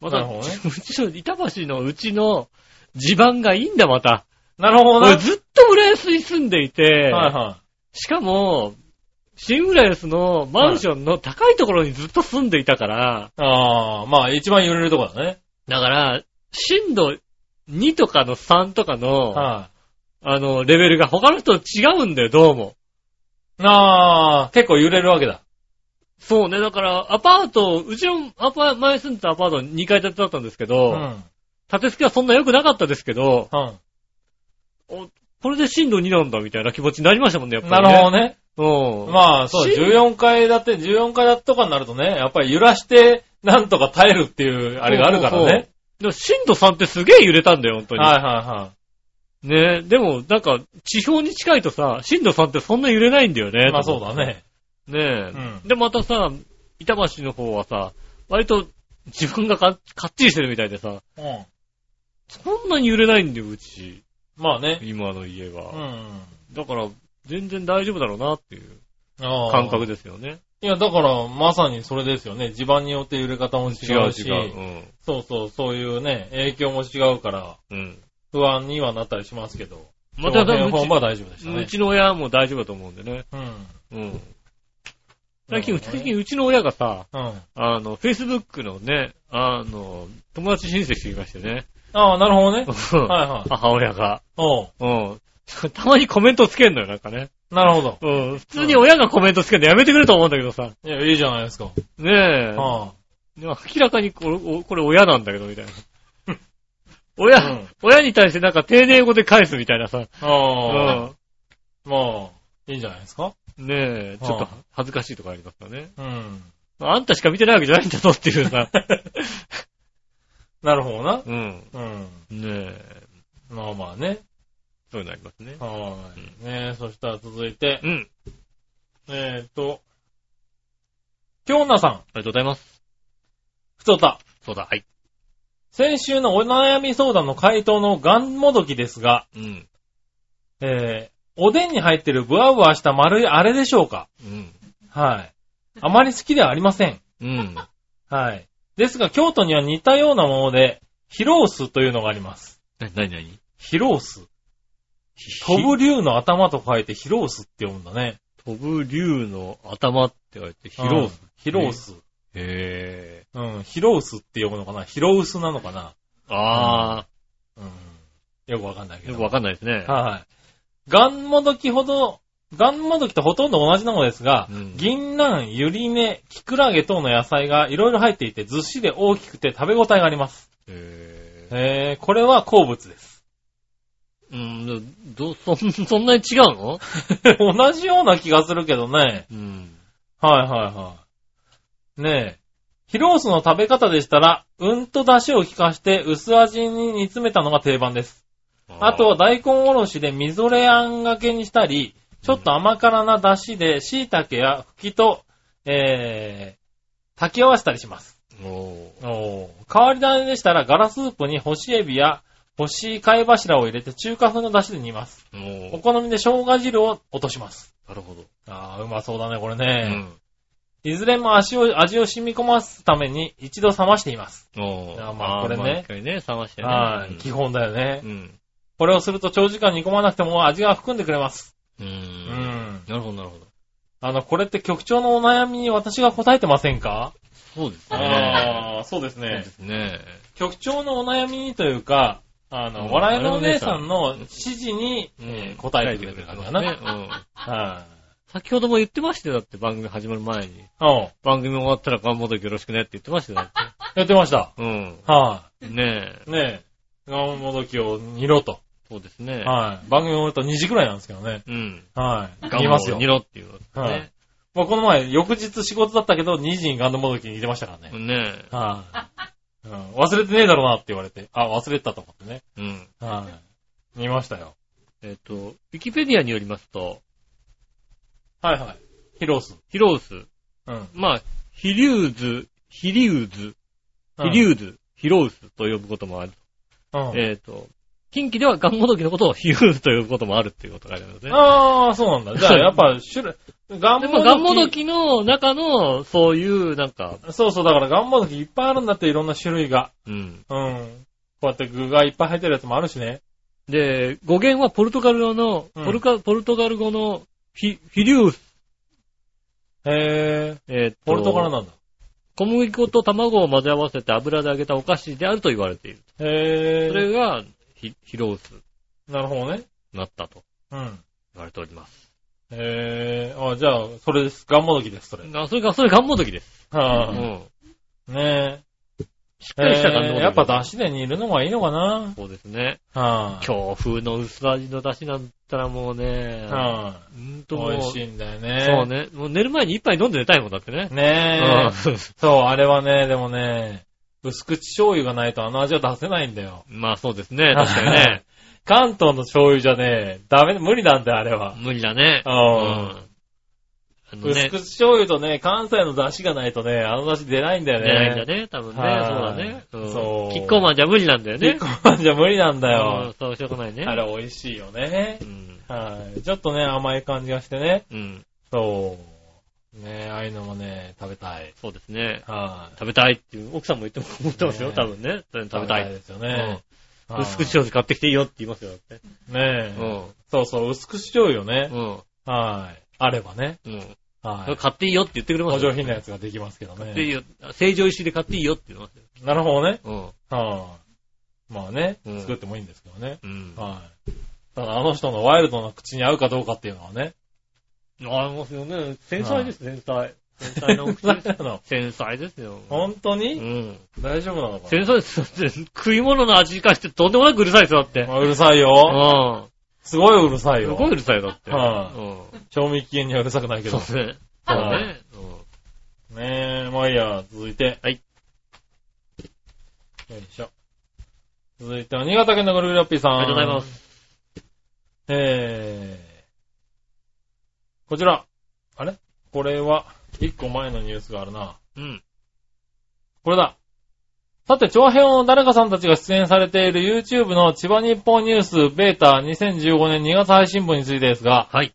また、
なるほどね
うちの、板橋のうちの地盤がいいんだまた。
い。なるほどね。
俺ずっと浦安に住んでいて、
はいは
しかも、新浦安のマンションの高いところにずっと住んでいたから、
い。ああ、まあ一番揺れるとこだね。
だから、震度2とかの3とかの、
は
あの、レベルが他の人と違うんだよ、どうも。
い。ああ、結構揺れるわけだ。
そうね、だから、アパート、うちのアパ、前住んでたアパート2階建てだったんですけ
う
ど、
ん。うん。
建て付けはそんな良くなかったですけど、これで震度2なんだみたいな気持ちになりましたもんね、やっぱり、
な
ね。
るほどね。
ほうん。
まあそう、
し
14階だって、14階だとかになるとね、やっぱり揺らして、なんとか耐えるっていう、あれがあるからね。
でも震度3ってすげえ揺れたんだよ、本当に。
はいはいはい。
ねでも、なんか、地表に近いとさ、震度3ってそんな揺れないんだよね。
まあそうだ。ね。
ねえ、
うん
で、またさ、板橋の方はさ、割と自分がかかっちりしてるみたいでさ、
うん。
そんなに揺れないんだよ、うち。
まあね。
今の家は。
うん。
だから、全然大丈夫だろうなっていう
ああ
感覚ですよね。
いや、だから、まさにそれですよね。地盤によって揺れ方も
違
違
う
うし、
違う。
そうそう、そういうね、影響も違うから、
うん。うん。
不安にはなったりしますけど、
また
その辺はまあ
う
大丈夫でし
ち、
たね
う。ちの親も大丈夫だと思うんでね。
うん。
うん。最近、
なるほど
最
ね
近うちの親がさ、
うん。
あの、Facebook のね、あの、友達申請してきましてね。
ああ、なるほどね。はいはい。
<laughs> 母親が。
おう
うん。たまにコメントつけんのよ、なんかね。
なるほど。
うん。普通に親がコメントつけるのやめてくれと思うんだけどさ。
いや、いいじゃないですか。
ねえ。で
あ
も明らかにこれ、おこれ親なんだけど、みたいな。 <laughs> 親、
うん
親に対してなんか丁寧語で返すみたいなさ。
あ。ああ。
う
まあ、いいんじゃないですか。
ん。ねえ、ちょっ
う
と
ん
恥ずかしいとかありますからね。
うん。
あんたしか見てないわけじゃないんだぞっていうさ。
なるほどな。
<laughs> うん。
うん。
ねえ、
まあまあね。
そういうのありますね。
はーい。ねそしたら続いて
う、ん。
えーっと、京奈さん、
ありがとうございます。
ふとた。
そうだ、はい。
先週のお悩み相談の回答のガンもどきですが、
うん。
えー、おでんに入ってるブワブワした丸いあれでしょうか
うん。
はい。あまり好きではありません。
<laughs> うん。
はい。ですが、京都には似たようなもので、ヒロースというのがあります。
な、なになに
ヒロース。飛ぶ竜の頭と書いてヒロースって読むんだね。
飛ぶ竜の頭って言われて、ヒロウス。
ヒロウス。
へ
うん。ヒロウスって呼ぶのかなヒロウスなのかな
ぇあ
うん。よくわかんないけ
ー、
ど。
よくわかんないですね。
はい。ガンモドキほど、ガンモドキとほとんど同じなのですが、
うん
銀杏、ゆり根、キクラゲ等の野菜がいろいろ入っていて、ずっしり大きくて食べ応えがあります。
へぇ
えー、これは好物です。 <laughs>
うん、ど、そん、そんなに違うの
同じような気がするけどね。
うん。
はいはいはい。ねえ。ヒロースの食べ方でしたら、うんと出汁を効かして薄味に煮詰めたのが定番です。あとは大根おろしでみぞれあんがけにしたり、ちょっと甘辛な出汁で椎茸や茎と、えー、炊き合わせたりします。
ー、おー
お変わり種でしたら、ガラスープに干しエビや干し貝柱を入れて中華風の出汁で煮ます。
お
お
ー
好みで生姜汁を落とします。
なるほど。
ああ、うまそうだね、これ
う
ね。
ん。
いずれも味を、味を染み込ますために一度冷ましています。
お
あまあこれね
ま一回ね、冷ましてね。
はい。基本だよね
う。ん。
これをすると長時間煮込まなくても味が含んでくれます。
うん。う。
うんん。
なるほど、なるほど。
あの、これって局長のお悩みに私が答えてませんか
そうですね。
ああ、そうです
そうで。すね。
局長のお悩みにというか、あ
うん
の、笑いのお姉さんの指示に、
うん
えー答えてくれてる感じかな。
ねうん
は
先ほども言ってましたよ、だって番組始まる前に。
い。うん。
番組終わったら頑張っよろしくねって言ってましたよ、だっ
やってました。
て。うん。
は
ねえ。
い。ねえ。ガンモドキを煮ろと。
そうですね。
はい。番組終わると2時くらいなんですけどね。
うん。
はい。煮ますよ
煮。ろっていうこと
は
ね
い。。もうこの前、翌日仕事だったけど、2時にガンモドキ煮てましたからね。
ね
はい。うん忘れてねえだろうなって言われて。あ、忘れてたと思ってね。
え。うん。
はい。見ましたよ。
えっと、ウィキペディアによりますと、
はいはい。ヒロス。
ヒロウス、
うん。
まあ、ヒリューズ、ヒリューズ、ヒリ
ウ。
ューズ、ヒロウスと呼ぶこともある。
うん。
えっと、近畿ではガンモドキのことをヒ <laughs> リューズと呼ぶこともあるっていうことがありますね。
ああ、そうなんだ。じゃあ、やっぱ、種類、ガン
で
モ
も
ドキ。
ガンモド。キの中の、そういう、なんか、
そうそう、だからガンモドキいっぱいあるんだって、いろんな種類が。
うん。
うん。こうやって具がいっぱい入ってるやつもあるしね。
で、語源はポルトガル語の、
うん
ポルカポルトガル語のフィフィリウス、
へえ。
えーっと
ポルトガルなんだ。
小麦粉と卵を混ぜ合わせて油で揚げたお菓子であると言われている。
へえ。
それがヒヒロウス
なるほどね。
になったと
うん。
言われております。
へえ。あ、じゃあ、それです。ガンモドキです、それ。
あそれが、それガンモドキです。う
は
ん。
あ。ね
しっ
え。
かりしたガンモドキ。
やっぱ出汁で煮るのがいいのかな
そうですね。
はあ。
強風の薄味の出汁なんたらもうね、
は
うーん
い。
ともう
美味しいんだよね。
そうね。もう寝る前に一杯飲んで寝たいもんだってね。
ねえ。
うん <laughs>
そう、あれはね、でもね、薄口醤油がないとあの味は出せないんだよ。
まあそうですね、確かに
<laughs>
ね。
関東の醤油じゃね、ダメ、無理なんだよ、あれは。
無理だね。
うん。
あの
薄
ね
口、醤油とね、関西の出汁がないとね、あの出汁出ないんだよ
出ないんだ
ね。
ね、多分ね。そう
はい
だね。ん
そう
キッコーマンじゃ無理なんだよね。
結構じゃ無理なんだよ。
うんそうしようがないね。
あれ美味しいよね
う。ん。
はい。ちょっとね、甘い感じがしてね。
うん。
そう。ねああいうのもね、食べたい。
そうですね。
はい。
食べたいっていう、奥さんも言っても思ってますよ、
ね
多分ね。食べたい。
ですよね。
うん
はい
薄口醤油買ってきていいよって言いますよ、だって。
ねえ。
う
そうそう、薄口醤油ね。
ん。
はい。あればね。
うん。
はい。
買っていいよって言ってくれます
お
よ。
上品なやつができますけど
買っていい
ね。
よ。成城石井で買っていいよって言いますよ。
なるほどね。
うん。
はい、まあね
う、ん
作ってもいいんですけどね。
うん。
はい、ただあの人のワイルドな口に合うかどうかっていうのはね。
ありますよね。繊細です、繊細。繊細なお口です。 <laughs> 繊細ですよ。
<laughs> 本当
う
に、
ん。
大丈夫なのか
繊細です。だって食い物の味に関してとんでもなくうるさいですよ、だって。
な、まあうるさいよ。
うん。
すごいうるさ
す
いよ。
ごいうるさいよ、だって。
はい
うん。
賞味期限にはうるさくないけ
そ
ど
う。ですね。そ
は
う
い
ね。
ねえ、まあいいや、続いて。
はい。
よいしょ。続いては、新潟県のぐるぐるラッピーさん。。
ありがとうございます
えー、こちら。あれこれは、一個前のニュースがあるな。
うん。うん。
これだ。さて、長編を誰かさんたちが出演されている YouTube の千葉日報ニュースベータ2015年2月配信分についてですが、
はい。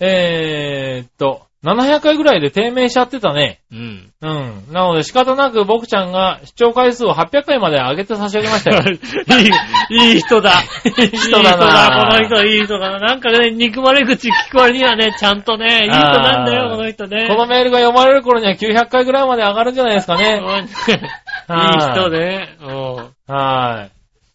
えーっと、 700回ぐらいで低迷しちゃってたね。
うん。
うん。なので仕方なく僕ちゃんが視聴回数を800回まで上げて差し上げま
<laughs>
したよ。
いい、いい人だ。いい人
だない
い人だ、この人いい人だな。なんかね、憎まれ口聞く割にはね、ちゃんとね、いい人なんだよ、
あー
この人ね。
このメールが読まれる頃には900回ぐらいまで上がるんじゃないですか
<laughs>
ね。
うんいい人ね。うん
はい。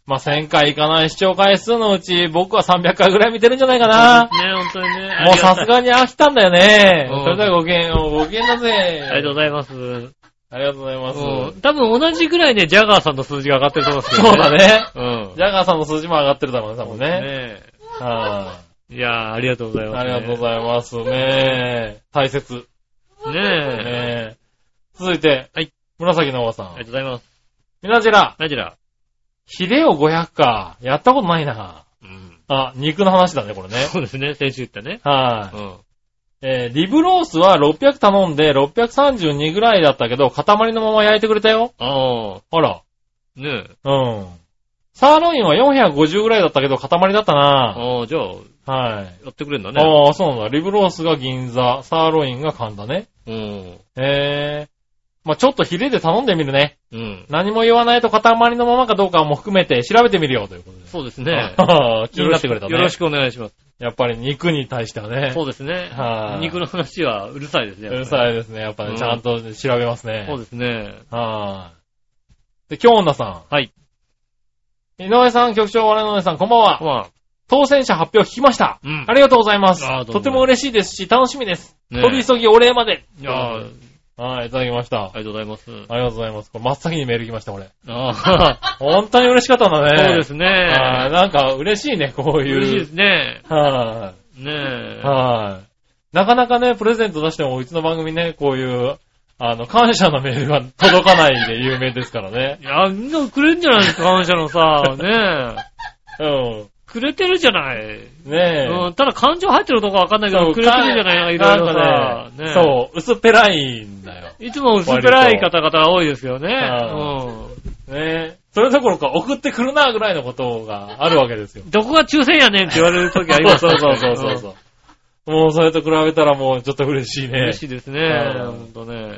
まあ、1000回いかない視聴回数のうち、僕は300回ぐらい見てるんじゃないか
ね <laughs>
な。、
本当にね。ありがた
もう
い
さす。がに飽きたんだよね。
うん
それではごきげんよう、ごきげんだぜ。
ありがとうございます。うん
ありがとうございます。
多分同じぐらいね、ジャガーさんの数字が上がってると思うんですけど
<laughs> そうだ。ね。
うん。
ジャガーさんの数字も上がってるだろうね、多分ね。
ね
はい
やー、ありがとうござい
い。
ます。
ありがとうご
い
ざいますね。大切。
ます。ねえ。
ね続いて、
はい。
紫のおばさ
あ
ん
りがとう。ございます。
みなじら、
ナジラ。
ヒレを500か。やったことないな。
うん。
あ、肉の話だね、これね。
そうですね、先週言ったね。
はい。
うん。
えーリブロースは600頼んで632ぐらいだったけど、塊のまま焼いてくれたよ。
ああ、
あら。
ねえ。
うん。サーロインは450ぐらいだったけど、塊だったな
ああ、じゃあ、
は
や
い。
ってくれんだね。
ああ、そうなんだ。リブロースが銀座、サーロインが神田ね。
うん。
えー。まあ、ちょっとヒレで頼んでみるね。
うん。
何も言わないと塊のままかどうかも含めて調べてみるよ、ということで。
そうですね。
あー <laughs> 気になってくれたね。
よろしくよろしくお願いします。
やっぱり肉に対してはね。
そうですね。
はい
肉の話はうるさいですね。
うる
い。
さいですね。やっぱり、
うん
ちゃんと調べますね。
そうですね。
はい。で、京女さん。
はい。
井上さん、局長、我々の井上さん、こんばんは。
ま
当選者発表聞きました。
うん
ありがとうございます
あー。どうも
とても嬉しいですし、楽しみです。
あ、ね
飛び急ぎお礼まで。
いやああり
はい、いただきました。あ
がとうございます。
りがとうございます。これ真っ先にメール来ました、これ。
ああ、
本当に嬉しかったんだね。
そうですね。
はい、なんか嬉しいね、こういう。
嬉しいですね。
は
ね
い、
え。
はい、なかなかね、プレゼント出しても、うちの番組ね、こういう、あの、感謝のメールが届かないで有名ですか
<laughs>
らね。
いや、みんなくれんじゃないですか、感謝のさ、ねえ。
うん。
くれてるじゃない。
ねえ。
うん、ただ感情入ってるのかわかんないけ
そ
ど、
う
くれてるじゃない、いろいろさ。
なんかね
ねえ
そう、薄っぺらいんだよ。
いつも薄っぺらい方々が多いですよね。う
ねそれどころか送ってくるなぐらいのことがあるわけですよ。
ん。どこが抽選やねんって言われる時あります
そうそうそうそうそう。もうそれと比べたらもうちょっと嬉しい
うん
ね
嬉。しいですね。
うん
ほんとね。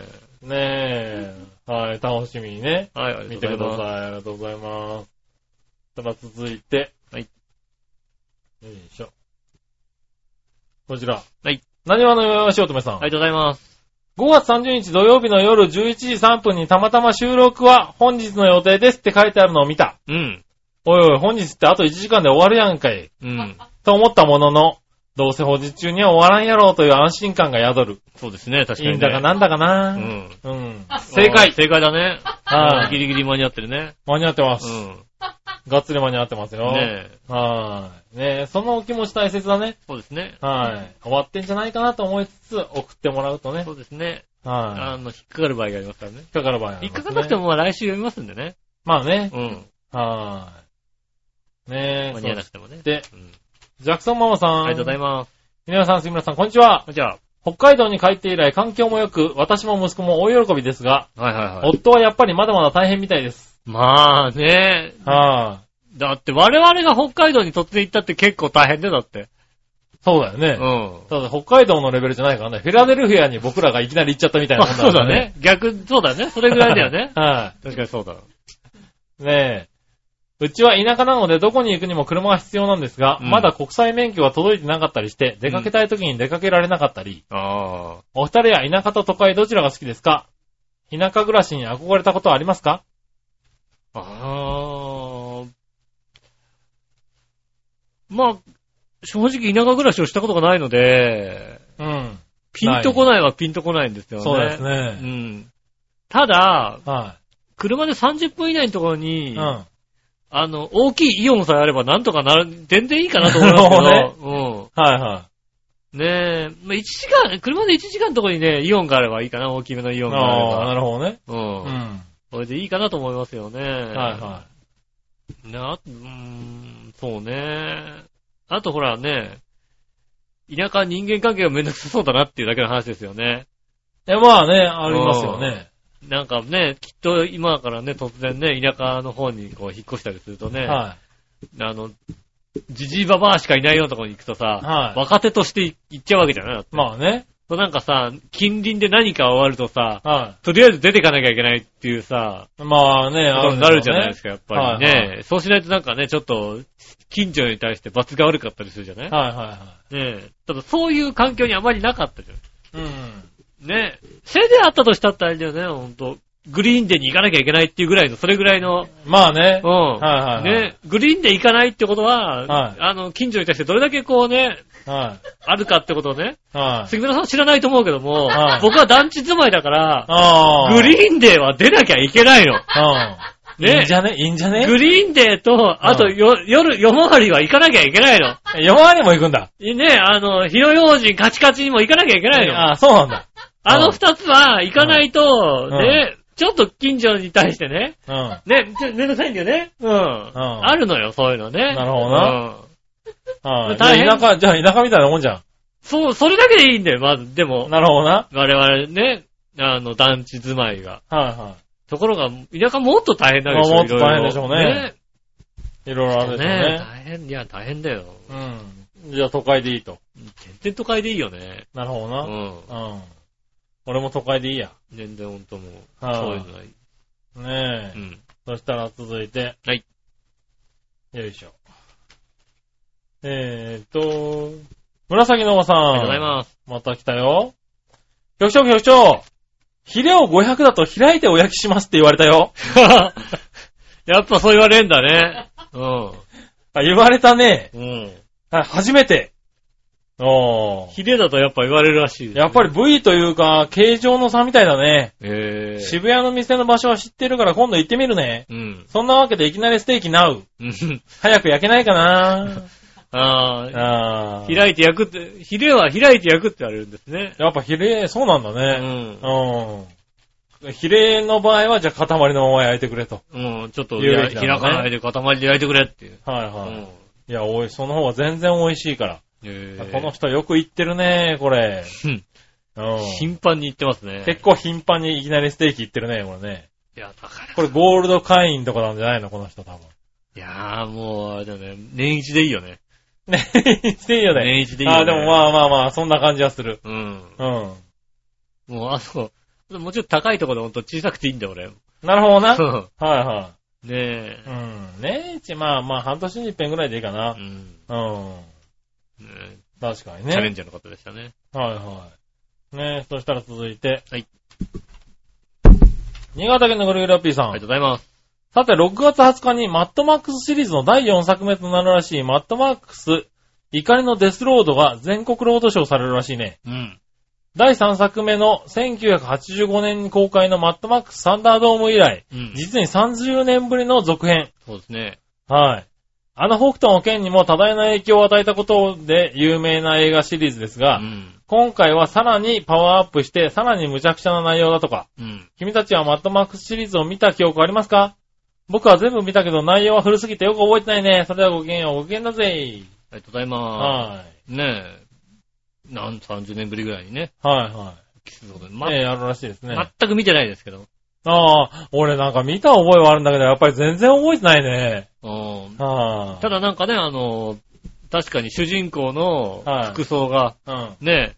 ねえ。はい、楽しみにね。
はい、あり
見
がと
てく
うご
だ
ざい
さ
ま
い。ありがとうございます。ただ続いて。
はい。
よいしょ。こちら。
はい。
何話のよよしおとめさん
す。あ。りがとうございます。
5月30日土曜日の夜11時3分にたまたま収録は本日の予定ですって書いてあるのを見た。
うん。
おいおい、本日ってあと1時間で終わるやんかい。
うん。
と思ったものの、どうせ本日中には終わらんやろうという安心感が宿る。
そうですね、確かに、
い
ね。
いんだか。なんだか
う
な。
ん。
うん。
<laughs>
正
あー
解
正解だね。
は
う
い
んギリギリ間に合ってるね。
間に合ってま
う
す。
ん。
がっつり間に合ってますよ。
ねえ。
はい。ねえそのお気持ち大切だね。
そうですね。
はい。終わってんじゃないかなと思いつつ、送ってもらうとね
そ。うですね。あ
はい。
の、引っかかる場合がありますからね。
引っかかる場合あ
引
り
っ
ま
か
すね
かんなくて。も、まあ来週読みますんでね。
まあね。
うん。
はい。ねえ、
間に合わなくてもね。
で、
うん。
ジャクソンママさん。
ありがとうございます。
皆さん、杉村さん、こんにちは。
じゃあ、
北海道に帰って以来、環境も良く、私も息子も大喜びですが、
はいはいはい。
夫はやっぱりまだまだ大変みたいです。
まあね、
は
だって我々が北海道に突然行ったって結構大変でだって。
い。そうだよ
う
ね。
ん。
ただ、北海道のレベルじゃないからね、フィラデルフィアに僕らがいきなり行っちゃったみたいな
まあ
も
そ
ん
う
か
だ
ら。
ね。。逆、そうだね。それぐらいだよね
<laughs> は
確かにそうだ。
い。ねえ。うちは田舎なので、どこに行くにも車が必要なんですが、
うん
まだ国際免許が届いてなかったりして、出かけたい時に出かけられなかったり、
ああ。
お二人は田舎と都会どちらが好きですか田舎暮らしに憧れたことはありますか
ああ。まあ、正直田舎暮らしをしたことがないので、
うん。
ピンとこないはピンとこないんですよね。
そうです
う
ね。
ん。ただ、
は
車で30分以内のところに、
い。うん。
あの、大きいイオンさえあればなんとかなる、全然いいかなと思い
<laughs>
ますけど、うん。
はいは
ねえ、まあ、1時間、車で1時間のとこにね、イオンがあればいいかな、大きめのイ
い。
オンがあれ
ああ、
ば。
なるほどね。
う。
うんん。
それでいいかなと思いますよね。はい
はいは
はい。な、うーん、そうね。あとほらね、田舎は人間関係がめんどくさそうだなっていうだけの話ですよね。
い。え、まあね、ありますよね。
なんかね、きっと今からね、突然ね、田舎の方にこう引っ越したりするとね、
は
あの、じじいばばあしかいないようなところに行くとさ、
はい
若手として行っちゃうわけじゃないだって
い。まあね。
そうなんかさ、近隣で何か終わるとさ、
は
とりあえず出てかなきゃいけないっていうさ、
い。まあね、
こ
あ
と
る
に
ん
な
だろうね
るじゃないですか、やっぱりね。
はい
そうしないとなんかね、ちょっと、近所に対して罰が悪かったりするじゃない、
はいは
ねえ。ただそういう環境にあまりなかったじゃん。
いはい。うん。
ねえ。せいであったとしたってあれだよね、ほんと。グリーンデーに行かなきゃいけないっていうぐらいの、それぐらいの、
まあね
うん。。
はいはいはい
ねグリーンデー行かないってことは、
はい
あの、近所に対してどれだけこうね、
は
あるかってことをね、
い。はい。
杉村さんは知らないと思うけども、
はい
僕は団地住まいだから、
ああ。
グリーンデーは出なきゃいけないの。
うん。
ね
いいんじゃねいいんじゃね
グリーンデーと、あとよ、夜、夜回りは行かなきゃいけないの。
夜回りも行くんだ。
ね、あの、広用心カチカチにも行かなきゃいけないの。
ああ、そうなんだ。
あの二つは行かないと、
うん
ね、ちょっと近所に対してね、
うん。あ
ね、ちょめんどくさいんだよね。うん。あるのよ、そういうのね。
なるほどな
うん
あ。じゃ
大変
あ田舎、じゃあ田舎みたいなもんじゃ
そう、それだけでいいんだよ、まず。でも
ん。、なるほどな。
我々ね、あの、団地住まいが。
はいは
ところが、田舎もっと大変だけど、
まあもっ
いろ
と
いろ
大変でしょうねい。いろいろあるでしょう
ね
ね。
大変、いや、大変だよ。
うん。じゃあ都会でいいと。
全然都会でいいよね。
なるほど
う
な。
ん。
うん。俺も都会でいいや。
全然ほんともう、
はい
そういうのはいい。
ねえ。
うん。
そしたら続いて。
はい。
よいしょ。えーっと、紫のおばさん。
ありがとうございます。
また来たよ。局長局長ヒレを500だと開いてお焼きしますって言われたよ。
<laughs> やっぱそう言われんだね。 <laughs> う
あ、言われたね。
ん。うん。
あ初めて。おー。
ヒデだとやっぱ言われるらしいですね
やっぱり、部位というか、形状の差みたいだね。
えー、
渋谷の店の場所は知ってるから今度行ってみるね。
うん。
そんなわけでいきなりステーキナウ。
うん <laughs>
早く焼けないか <laughs> な
あ
あ
あ、
ー。
開いて焼くって、ヒレは開いて焼くって言われるんですね。
やっぱヒレ、そうなんだ
う
ね。
ん。
うん。ヒレの場合は、じゃあ塊のまま焼いてくれと。
うん、ちょっと、
言うべ
や
き
開
なんだね
かないで塊で焼いてくれっていう。
はいうはい。
ん。
いや、おい、その方が全然美味しいから。
え
この人よく行ってるね、これ。
うん
うん
頻繁に行ってますね。
結構頻繁にいきなりステーキ行ってるね、これね。
いや、だから。
これゴールド会員とかなんじゃないの、この人多分。
いやー、もう、あれだよね。年一でいいよね。
ね、 <laughs> ステーキだね。
年一でいいよね
あ、でもまあまあまあ、そんな感じはする。
うん。
うん。
もう、あそこ、もうちょっと高いところでほんと小さくていいんだよ、俺。
なるほど
<laughs>
な。はい
うん
は
ね
い。うん。ねち、まあまあ、半年に一遍ぐらいでいいか
え。う
な。
ん。
うん。
ね
確かに
チャレン
ね。
ジャーの方でしたね。
はいはい。ねそしたら続いて。
はい。
新潟県のグルグラッピーさん。
ありがとうございます。
さて、6月20日にマットマックスシリーズの第4作目となるらしいマットマックス怒りのデスロードが全国ロードショーされるらしいね。
うん。
第3作目の1985年に公開のマットマックスサンダードーム以来、
うん。
実に30年ぶりの続編。
そうですね。
はい。あの北斗の剣にも多大な影響を与えたことで有名な映画シリーズです
う
が、
ん。
今回はさらにパワーアップして、さらに無茶苦茶な内容だとか、
うん。
君たちはマットマックスシリーズを見た記憶ありますか僕は全部見たけど内容は古すぎてよく覚えてないね。それではごきげんよう、ごきげんだぜ。
ありがとうございま
は
す。ねえ。なん、30年ぶりぐらいにね。
い。はいは
キスのことで
い。
ま、
ねえ、あるらしいですね。
全く見てないですけど。
ああ、俺なんか見た覚えはあるんだけど、やっぱり全然覚えてないね。
うん。
はあ。
ただなんかね、あの、確かに主人公の
はい
服装が、 <laughs>
うん。
ね、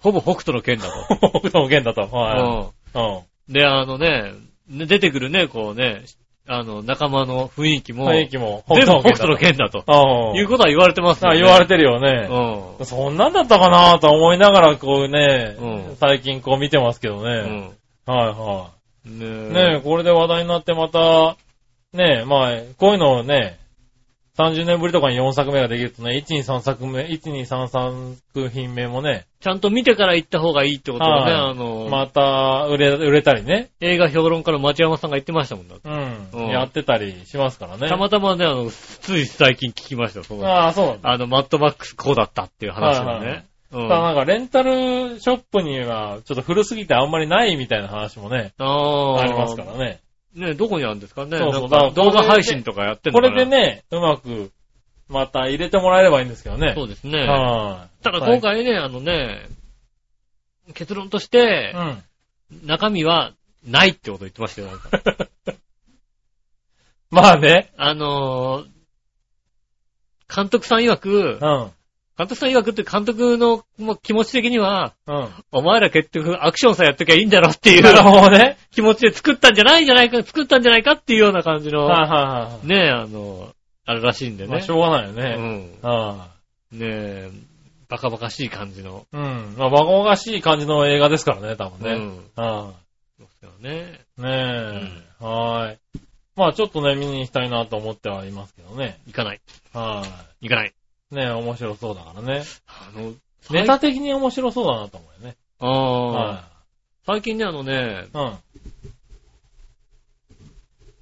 ほぼ北斗の剣だ
北斗の剣だと。は
と。
い。うん。
うん。で、あのね、ね出てくるね、こうね、あの、仲間の雰囲気も、
雰囲気も
全部北斗の剣だと。
の
いう
うん。
ことは言われてますよ
あ
ね。
言われてるよ
う
ね。
ん。
そんなんだったかなと思いながら、こうね、
うん
最近こう見てますけど
う
ね。
ん。
はいはい。ねえ、
ね
これで話題になってまた、ねえ、まあ、こういうのをね、30年ぶりとかに4作目ができるとね、1、2、3作目、1、2、3、3作品目もね、
ちゃんと見てから行った方がいいってことはね、
はい
あの、
また売れ、売れたりね、
映画評論家の町山さんが言ってましたもんだって。
うん、
うん
やってたりしますからね。
たまたまね、あの、つい最近聞きましたよ、その、
ああ、そうなんだ。
あの、マットマックスこうだったっていう話を
はいは
ね
い。ただなんか、レンタルショップには、ちょっと古すぎてあんまりないみたいな話もね、
うん。あー
ありますからね。
ね、どこにあるんですかね。
そうそう
なんか
だから
動画配信とかやってん
こ
のか
れ
な
でね、うまく、また入れてもらえればいいんですけどね。
そうですね。
はい。
ただ今回ね、あのね、結論として、
はい、うん。
中身はないってこと言ってましたよ、なんか。
<laughs> まあね、
あのー、監督さん曰く
う、ん。
あ監督さん曰くって監督のもう気持ち的には、
うん。
お前ら結局アクションさえやっときゃいいんだろっていう
なるほどね。
気持ちで作ったんじゃないんじゃないか、作ったんじゃないかっていうような感じの、
はいはいはいはい。
ねえ、あの、あれらしいんで
まあ、
ね。
しょうがないよ
う
ね。
ん。
あ
ねえ、バカバカしい感じの。
あうん。まあ、バカバカしい感じの映画ですからね、多分
う
ね。
ん。
あ
そうですよね。
あねえ。はーい。まあ、ちょっとね、見に行きたいなと思ってはいますけどね。
行かない。
は
行かない。
い。ねえ、面白そうだからね。
あの、
ネタ的に面白そうだなと思うよね。
ああ、
は
最近ね、あのね、
い。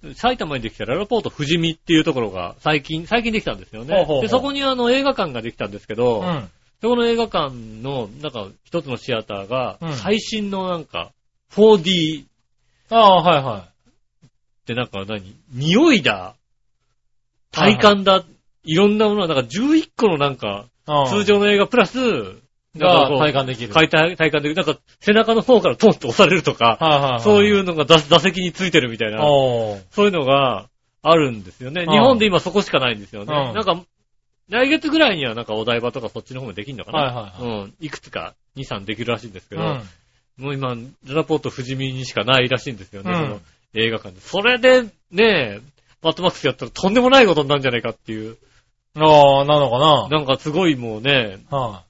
うん。
埼玉にできたララポート富士見っていうところが最近、最近できたんですよね。
ほうほうほう
でそこにあの映画館ができたんですけど、
うん。
そこの映画館の、なんか一つのシアターが
うん、
最新のなんか、4D っ
ああ、はいは
てなんか何匂いだ、体感だ、いろんなものが、なんか11個のなんか、
い。うん
通常の映画プラス、
が
なん
体
かこ
感でき
う
る。はい
体感、体感で、なんか背中の方からトンと押されるとか、
はいはい。。
そういううのが座座席についてるみたいな。
おー。
そういうのがあるんですよね。
うん
日本で今そこしかないんですよね。
うん
なんか、来月ぐらいにはなんかお台場とかそっちの方もできるのかな、
はいはいは
うん。いくつか2、3できるらしいんですけ
う
ど、
ん。
もう今、ララポート富士見にしかないらしいんですよね、
うん
その映画館で。それで、ねえ、マットマックスやったらとんでもないことになるんじゃないかっていう。
ああ、なのかな
なんかすごいもうね、
は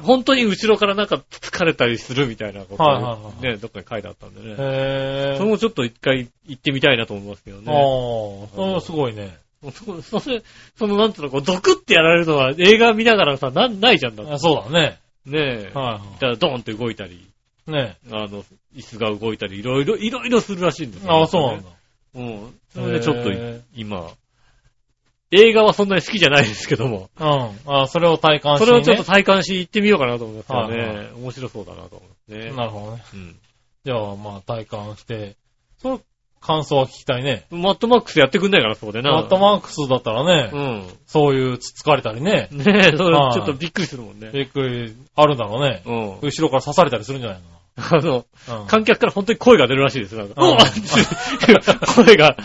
本当に後ろからなんか疲れたりするみたいなこと
はいはいはい
ね、どっかに書いてあったんで
い。
ね。
へえ。
それもちょっと一回行ってみたいなと思いますけどね。
ああ、それはすごいね。
そそれ、そのなんつうの、こう、ゾクってやられるのは映画見ながらさ、なん、ないじゃんだって。
あそうだね。
ねえ。
は
だからドーンって動いたり、
いはい。ね
あの、椅子が動いたり、いろいろ、いろいろするらしいんですよ、
ああ、そうなんだ。
うん。それでちょっとい
へえ、
今、映画はそんなに好きじゃないですけども、
うん。ああ、それを体感し
そ
て、
れ
ね。
をちょっと体感し行ってみようかなと思いますけど
はいは
ね。面白そうだなと思いますね。
なるほどね。
うん。
じゃあ、まあ、体感して、その感想は聞きたいね。
マットマックスやってくんないから、そこでな。
マットマックスだったらね、
うん。
そういうつつかれたりね、
ねえ、それ
はい
ちょっとびっくりするもんね。
びっくりあるだろうね。
うん。
後ろから刺されたりするんじゃない
あの、
のかな。
観客から本当に声が出るらしいですよ。なんか、
うん
うわって声が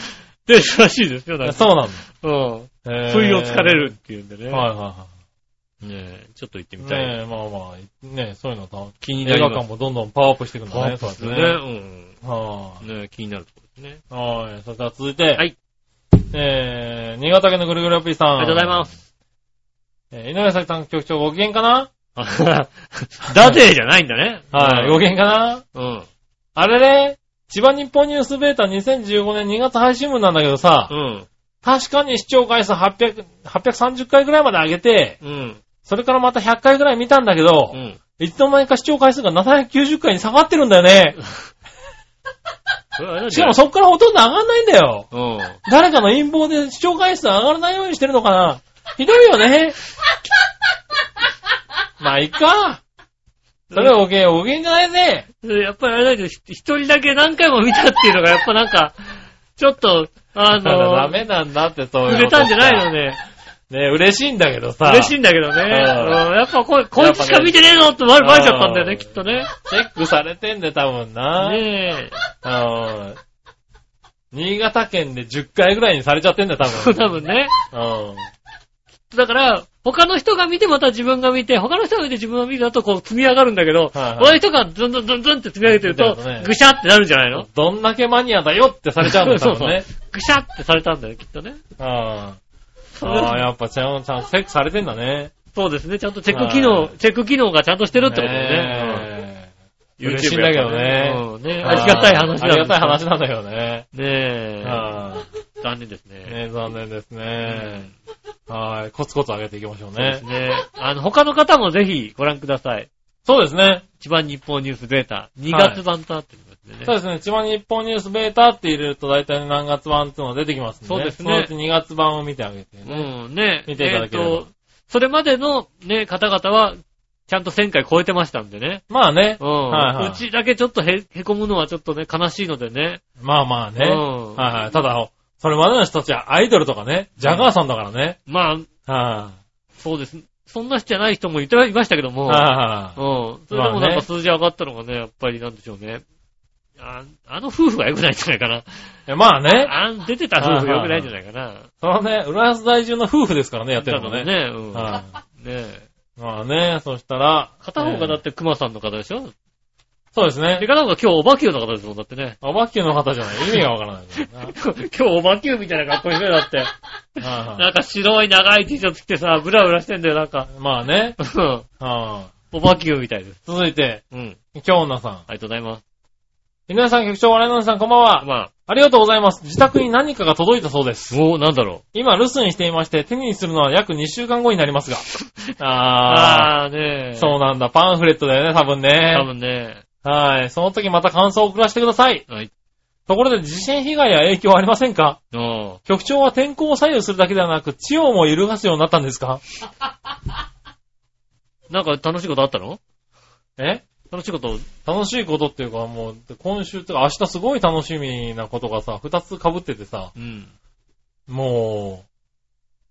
出るらしいですよ。
う
なん
ん。
か
そうなんだ。
うん。
へ
<laughs>
ー
不意をつかれるっていうんでね。
はいは
ねえちょっと行ってみ
い
た。
はいい。ねえ、まあまあ、ねえ、そういうのた
気に
映
なり
画
ま
館
す。
もどんどんパワーアップしていくんだね、
そうです
そう
ね。
やってね。
う
は
ん。ねえ気になるところですね。
い。はい。それでは続いて、
はい。
えー、新潟県のぐるぐるアピーさん。。
ありがとうございますす。
えー、井上咲さん局長ご機嫌かな
<laughs> ダデーじゃないんだね。
はい。ご機嫌かな
うん。
あれれ千葉日本ニュースベータ2015年2月配信分なんだけどさ、
うん。
確かに視聴回数800、830回ぐらいまで上げて、
うん。
それからまた100回ぐらい見たんだけど
う、ん。
いつの間にか視聴回数が790回に下がってるんだよ <laughs> ね。
それあれなん
し
じ
か
ゃな
も
い
そっからほとんど上がんないんだよ。
うん。
誰かの陰謀で視聴回数上がらないようにしてるのかなひどいよ <laughs> ね。まあ、いっか。それはおげん、おげんじゃないね。
それやっぱりあれだけど、ひ一人だけ何回も見たっていうのが、やっぱなんか、ちょっと、あ
だからダ
の、
メなんだって、そういう。
売れたんじゃないのね。
ね、嬉しいんだけどさ。
嬉しいんだけどね。
ん
うんやっぱこいこいつしか見てねえぞってバレバレちゃったんだよ
う
ね、
ん
きっとね。
チェックされてんで、多分な。
ねえ。 <laughs>
うん。新潟県で10回ぐらいにされちゃってんだよ、多分。
多分ね。
うん。
だから、他の人が見てまた自分が見て、他の人が見て自分が見てだとこう積み上がるんだけど、
はいはい
他の人がズンズンズンズンって積み上げてると
そうだね、
ぐしゃってなるんじゃないの
どんだけマニアだよってされちゃうんだよ、多
<laughs>
分ね。
ぐしゃってされたんだよ、きっとね。
うん。ああ、やっぱちゃん、ちゃん、チェックされてんだね。
そうですね。ちゃんとチェック機能、
はい
チェック機能がちゃんとしてるってことね。う
ね
ん
嬉しいんだけどね
うんね
え
ありがたい話だ。
ありがたい話。なんだけどね。
ねえ。
は
残念です
い。
ね。
ね残念ですね。はい。コツコツ上げていきましょう
そうで
ね
す。ね。あの、他の方もぜひご覧ください。
そうですね。
一番日本ニュースデータ、2月版となってますんでね。
そうですね。千葉日本ニュースベータって入れると大体何月版っていうのが出てきますんで。
そうですね
そのうち2月版を見てあげてね。
うん、ね。
見ていただければ
えーとそれまでのね、方々は、ちゃんと1000回超えてましたんでね。
まあね
う。ん。
はいはいう
ちだけちょっとへ、へこむのはちょっとね、悲しいのでね。
まあまあね。
うん
はいはい。ただ、それまでの人たちはアイドルとかね、ジャガーさんだからね。
まあ、
は
そうです。そんな人じゃない人もいてはいましたけど
い
も。
は
う
い。
ん。それでもなん
まあね
か数字上がったのがね、やっぱりなんでしょうね。ああの夫婦が良くないんじゃないかな。
えまあね。
あん出てた夫婦が良くないんじゃないかな。
そのね、浦安在住の夫婦ですからね、やってるのね。
ね。うん。
は
ねえ。
まあね、そしたら、
片方がだ
え
って熊さんの方でしょ
ーそうです
で、
ね。
片方が今日おばきゅうの方ですもん、だってね。 <laughs>
おばきゅうの方じゃない。意味がわからないからな
今日おばきゅうみたいな格好いいね、だって。
はい
<laughs>
は
なんか白い長い T シャツ着てさ、ブラブラしてんだよ、なんか。
いまあね。
うん
は
<laughs> おばきゅうみたいです。
い続いて、
うん。
京女さん。
ありがとうございます。
皆さん、局長、我々の皆さん、こんばんは。
まあ、
ありがとうございます。自宅に何かが届いたそうです。
もう、なんだろ
今、留守にしていまして、手にするのは約2週間後になりますが。
う。あ
あー。
ーねえ。
そうなんだ。パンフレットだよね、多分ね。
多分ね。
はい。その時また感想を送らせてください。
はい。
ところで、地震被害や影響はありませんか
うん。
局長は天候を左右するだけではなく、地をも揺るがすようになったんですか
なんか楽しいことあったの
え
楽しいこと、
楽しいことっていうか、もう、今週とか明日すごい楽しみなことがさ、二つ被っててさ、
うん。
もう、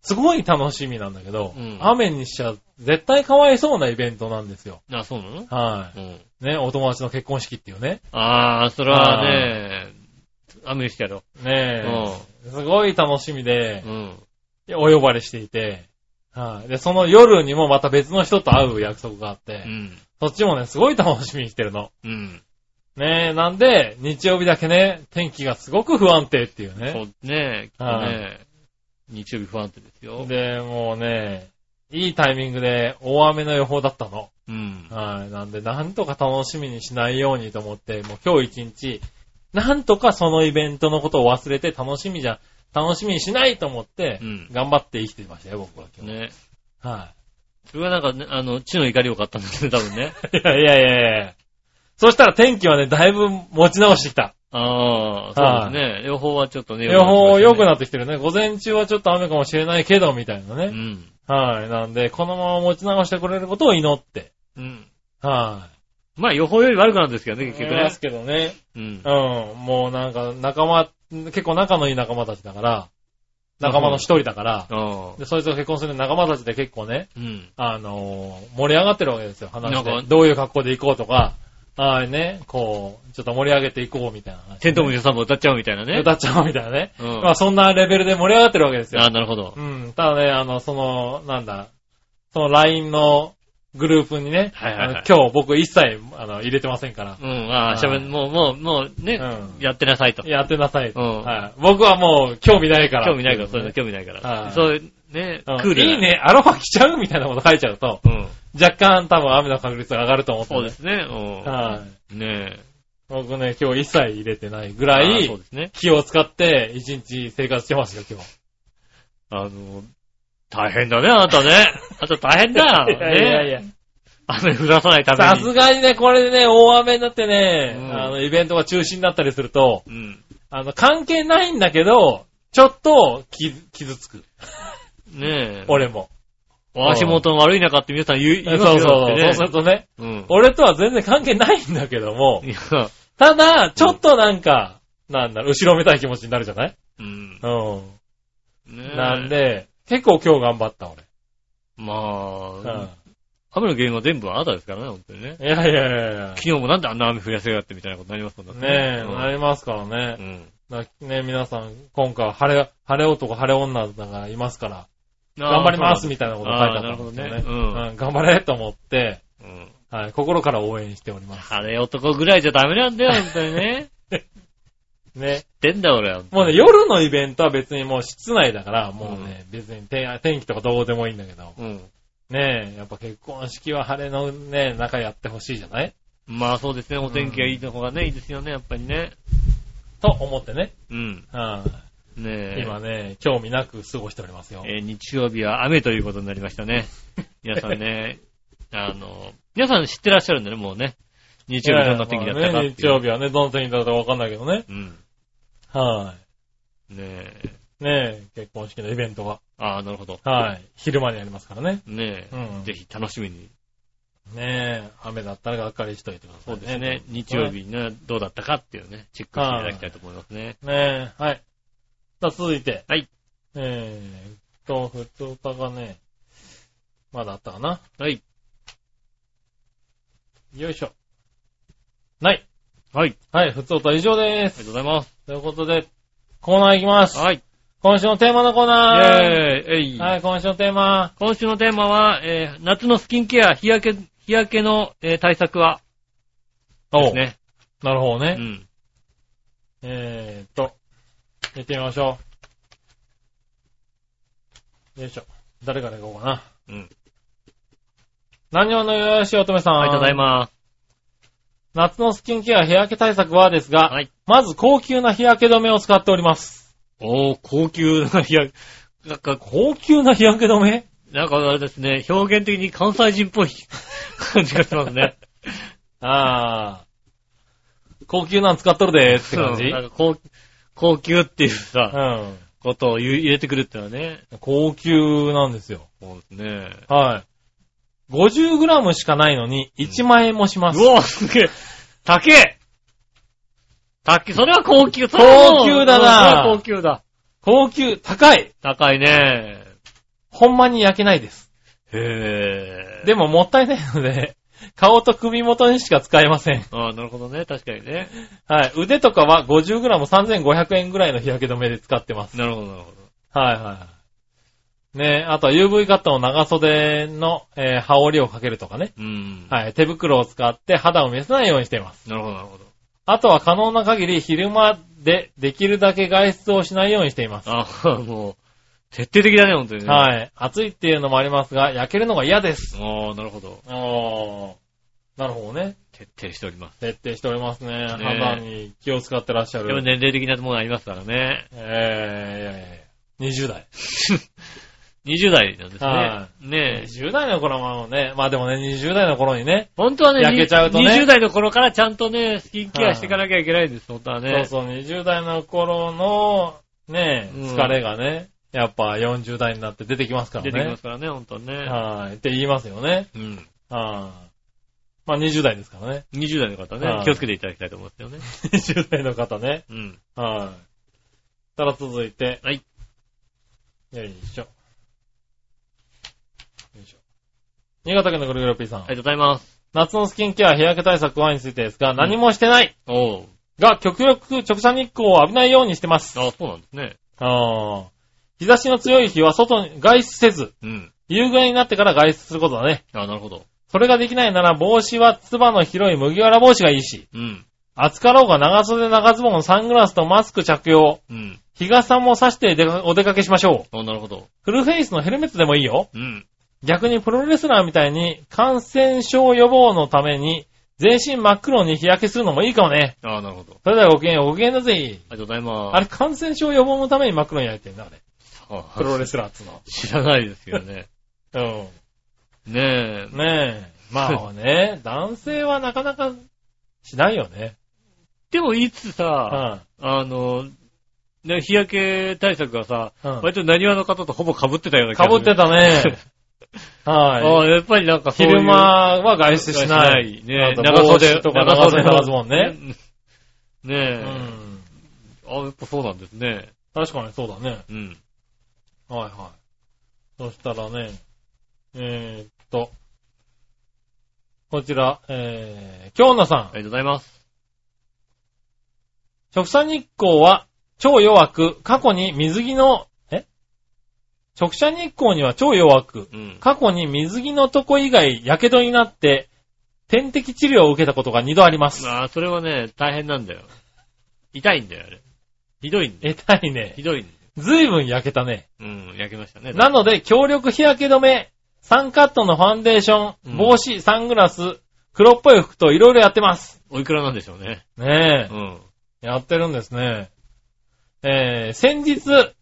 すごい楽しみなんだけど、
うん
雨にしちゃ絶対かわいそうなイベントなんですよ。
あ、そうなの
は
うん。
い。ね、お友達の結婚式っていうね。
あー、それはね、雨にしてやろう。
ねえ、すごい楽しみで
う、ん。うん。
お呼ばれしていて、はい。で、その夜にもまた別の人と会う約束があって、
うん。
そっちもね、すごい楽しみにしてるの。
うん。
ねえ、なんで、日曜日だけね、天気がすごく不安定っていう
そ
ね。
うね、きっと
は
ね、日曜日不安定ですよ。
で、もうね、いいタイミングで大雨の予報だったの。
うん。
はい。なんで、なんとか楽しみにしないようにと思って、もう今日一日、なんとかそのイベントのことを忘れて楽しみじゃ、楽しみにしないと思って
う、ん。
頑張って生きてましたよ、僕は今日。
ね。
は
それはなんかね、あの、地の怒りを買ったん
<laughs>
ですね、多分ね。
い。いやいやいやいやそしたら天気はね、だいぶ持ち直してきた。
ああ、そうですね。両方はちょっとね、
予報良く
い。
なってきてるね。午前中はちょっと雨かもしれないけど、みたいな
う
ね。
ん。
はい。なんで、このまま持ち直してくれることを祈って。
うん。
は
まあ予報より悪くなるんですけど
い。
ね、結局
思いま
ね
す。けどね。
うん
う。ん。もうなんか、仲間、結構仲のいい仲間たちだから、仲間の一人だから、
ああ。
で、そいつが結婚する仲間たちで結構ね、
うん。
あのー盛り上がってるわけですよ、話
な
で
ん。か
どういう格好で行こうとか、ああね、こう、ちょっと盛り上げていこうみたいな話、
テントウムシさんも歌っちゃうみたいなね。
歌っちゃおうみたいなね。
うん。
まあそんなレベルで盛り上がってるわけですよ
あ。あ、なるほど。
うん。ただね、あの、その、なんだ、その LINE のグループにね、
はいはいはい
あの今日僕一切あの入れてませんから、
うん、ああ、しゃべ
はい
もう、もう、もうね、
うん
やってなさいと。
やってなさいと、
うん
はい。僕はもう興味ないから。
興味ないから、そういう
ね
の興味ないから。
はい
そういう、ね、
うん
クールな。
いい。ね、アロハ着ちゃうみたいなこと書いちゃうと、
うん。
若干多分雨の確率が上がると思って、。
そうですすね。う
はい。
ん。ねえ。
僕ね、今日一切入れてないぐら
ああそう
い、
ですね。
気を使って一日生活してますよ、今日。
あの、大変だね、あなた
<laughs>
ね。あなた大変だ。
いやいやい
ね
や。
雨降らさないた
さ
め
す
に。
がにね、これでね、大雨になってね、
うん
あの、イベントが中止になったりすると、
うん。
あの、関係ないんだけど、ちょっと、き傷つく。
ねえ。
俺も。
足元の悪い中って皆さん言い言います
そうそう
よだってね
そう。そうするとね、
うん。
俺とは全然関係ないんだけども、
いや、
ただ、ちょっとなんか、なんだろう、後ろめたい気持ちになるじゃない
うん。ね
うん。
え
なん。で、結構今日頑張った、俺。
ま
う
あ
ん。、
雨の原因は全部あなたですからね、本当にね。
いやいやいやいや。
昨日もなんであんな雨降らせやがってみたいなことになりますもん
ねえ、
うん
なりますから
う
ね。
ん。
なね皆さん、今回、晴れ、晴れ男、晴れ女がいますから、
あー
頑張ります
そう
みたいなこと書いてあ
あ
っ
ー
た
なる
ん
ほ
で
ど
すよ
ね
ね。
うん
うん頑張れと思って、
なんだうん。
はい、心から応援しております。
晴れ男ぐらいじゃダメなんだよ、本当に
<laughs>
ね。
ね。
出んだ俺は。
もうね、夜のイベントは別にもう室内だから、もうね、別に天天気とかどうでもいいんだけど、
うん。
ねえ、やっぱ結婚式は晴れのね、中やってほしいじゃない
まあそうですね、お天気がいいの方がね、いいですよね、やっぱりね。
と思ってね、
うん。
うん
ねえ。
今ね、興味なく過ごしておりますよ。
えー日曜日は雨ということになりました
<laughs>
ね。皆さんね、あの、皆さん知ってらっしゃるんだね、もうね。日曜日どんな天気だったかっ
まあ
てい
ね
う。
日曜日はね、どんな天気だったかわかんないけどね。
うん。
は
ねえ。
い。ねえ、結婚式のイベントが。
ああ、なるほど。
はい。昼間にありますからね。
ねえ、
うん
ぜひ楽しみに。
ねえ、雨だったらがっかりしといてくださ
そ
い、
うですね。日曜。日ね、どうだったかっていうね、チェックしていただきたいと思いますね。
ねえ、はい。さあ、続いて。
はい。
えーっと、ふつおたがね、まだあったかな。
はい。
よいしょ。ない。
はい。
はい、ふつおた以上で
あ
す。
りがとうございます。
ということで、コーナー行きます。
はい。
今週のテーマのコー
イェ
ナー。
ーイえい、
はい、今週のテーマ。
今週のテーマは、えー夏のスキンケア、日焼け、日焼けの、えー対策はですね。
おなるほど
う
ね。
ん。
えーっと、行ってみましょう。よいしょ。誰から行こうかな。
うん。
何をのよよしおとめさん。
はい、ただいます。
夏のスキンケア日焼け対策はですが、
はい
まず高級な日焼け止めを使っております。
おー、高級な日焼け。なんか、
高級な日焼け止め
なんかあれですね、表現的に関西人っぽい <laughs> 感じがしますね。
ああ。高級なん使っとるでーって感じ。
うんなんか高高級っていうさ、
うん。
ことを言う入れてくるってのはね。
高級なんですよ。
そうですね。
はい。50g しかないのに、1万円もします。
うわ、すげえ。高え高え、それは高級、それはも
高
う
級だな
うんそれは高級だ。
高級、高い
高いね。
ほんまに焼けないです。
へえ。
でももったいないので、顔と首元にしか使えません。
ああ、なるほどね。確かにね。
はい。腕とかは 50g3500 円ぐらいの日焼け止めで使ってます。
なるほど、なるほ
はいはいはい。ねあとは UV カットの長袖の、えー羽織をかけるとかね。
ど。うん。
はい。手袋を使って肌を見せないようにしています。
なるほど、なるほど。
あとは可能な限り昼間でできるだけ外出をしないようにしています。
ああ、もう、徹底的だね、本当にね。い。
はい。暑いっていうのもありますが、焼けるのが嫌です。
ああ、なるほど。
あー。なるほどね。
徹底しております。
徹底しておりますね。
え
肌に気を使ってらっしゃ
でも
る。
年齢的なものありますからね。
えー、いやいやいや20代。
20代なんですね
は。
ねえ。
20代の頃はもうね、まあでもね、20代の頃にね、
本当はね、
焼けちゃうとね
20代の頃からちゃんとね、スキンケアしていかなきゃいけないんです、本当はね。
そうそう、20代の頃の、ね、
うん
疲れがね、やっぱ40代になって出てきますからね。
出てきますからね、本当はね。
はい。って言いますよね。
うん。
はい。まあ20代ですから
<laughs>
ね。
20代の方
は
ね、
い
気をつけていただきたいと思いますよね。
20代の方ね。
うん。
はい。たら続いて。
はい。
よいしょ。よいしょ。新潟県のぐるぐるピーさん。
ありがとうございます。
夏のスキンケア、日焼け対策はについてですが、何もしてない、
おう。
が、極力直射日光を浴びないようにしてます。
ああ、そうなんですね。
あー日差しの強い日は外に、外出せず、
うん。
夕暮れになってから外出することだね。
ああ、なるほど。
それができないなら帽子はつばの広い麦わら帽子がいいし、
うん。
暑かろうが長袖長ズボン、サングラスとマスク着用、
うん。
日傘も差してでかお出かけしましょう。
ああ、なるほど。
フルフェイスのヘルメットでもいいよ。
うん。
逆にプロレスラーみたいに感染症予防のために全身真っ黒に日焼けするのもいいかもね。
ああ、なるほど。
それではごきげんよう、ごきげんだぜ。
ありがとうございます。
あれ感染症予防のために真っ黒に焼いてんだ、あれ。
あ
プロレスラーっつうの。
知らないですけど
<laughs>
ね。
うん。
ねえ。
ねえ。まあね、 <laughs> 男性はなかなかしないよね。
でも、いつ
うん。
さ、
あ
あの、ね、日焼け対策がさ、
うん
割と何話の方とほぼ被ってたような気が
か
する
ぶってた <laughs> ね。
あ
は
あ、やっぱりなんか
い。
そういう
昼間は外出しない。
しないね
あと
長袖
帽子とか長袖長ズボンね。
<laughs> ね
う
え。
ん。
あやっぱそうなんですね。
確かにそうだね。
うん。
はいはい。そしたらね、えー、っと、こちら、えー、京奈さ
ありが
ん。
とうございます。
直射日光は超弱く、過去に水着の、え直射日光には超弱く、
うん。
過去に水着のとこ以外、火傷になって、点滴治療を受けたことが2度あります。
まあ、それはね、大変なんだよ。痛いんだよ、あれ。ひどいんだよ。
えたいね
ひ。どいんだよ。
ずいぶん焼けたね。
うん、焼けましたね。
なので、強力日焼け止め、サンカットのファンデーショ
うん
ン、帽子、サングラス、黒っぽい服といろいろやってます。
おいくらなんでしょうね。
ね
う
え、
ん。
やってるんですね。えー、先日、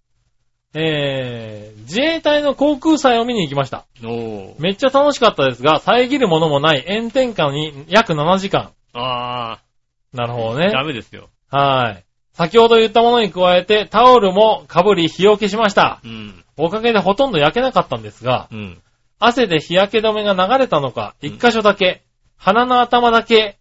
えー、自衛隊の航空祭を見に行きました。
おー。
めっちゃ楽しかったですが、遮るものもない炎天下に約7時間。
あ
なるほど
あ、
ね。
ダメですよ。
はい。先ほど言ったものに加えて、タオルもかぶり日よけしました。
うん。
おかげでほとんど焼けなかったんですが、
うん。
汗で日焼け止めが流れたのか、
うん
一箇所だけ、鼻の頭だけ、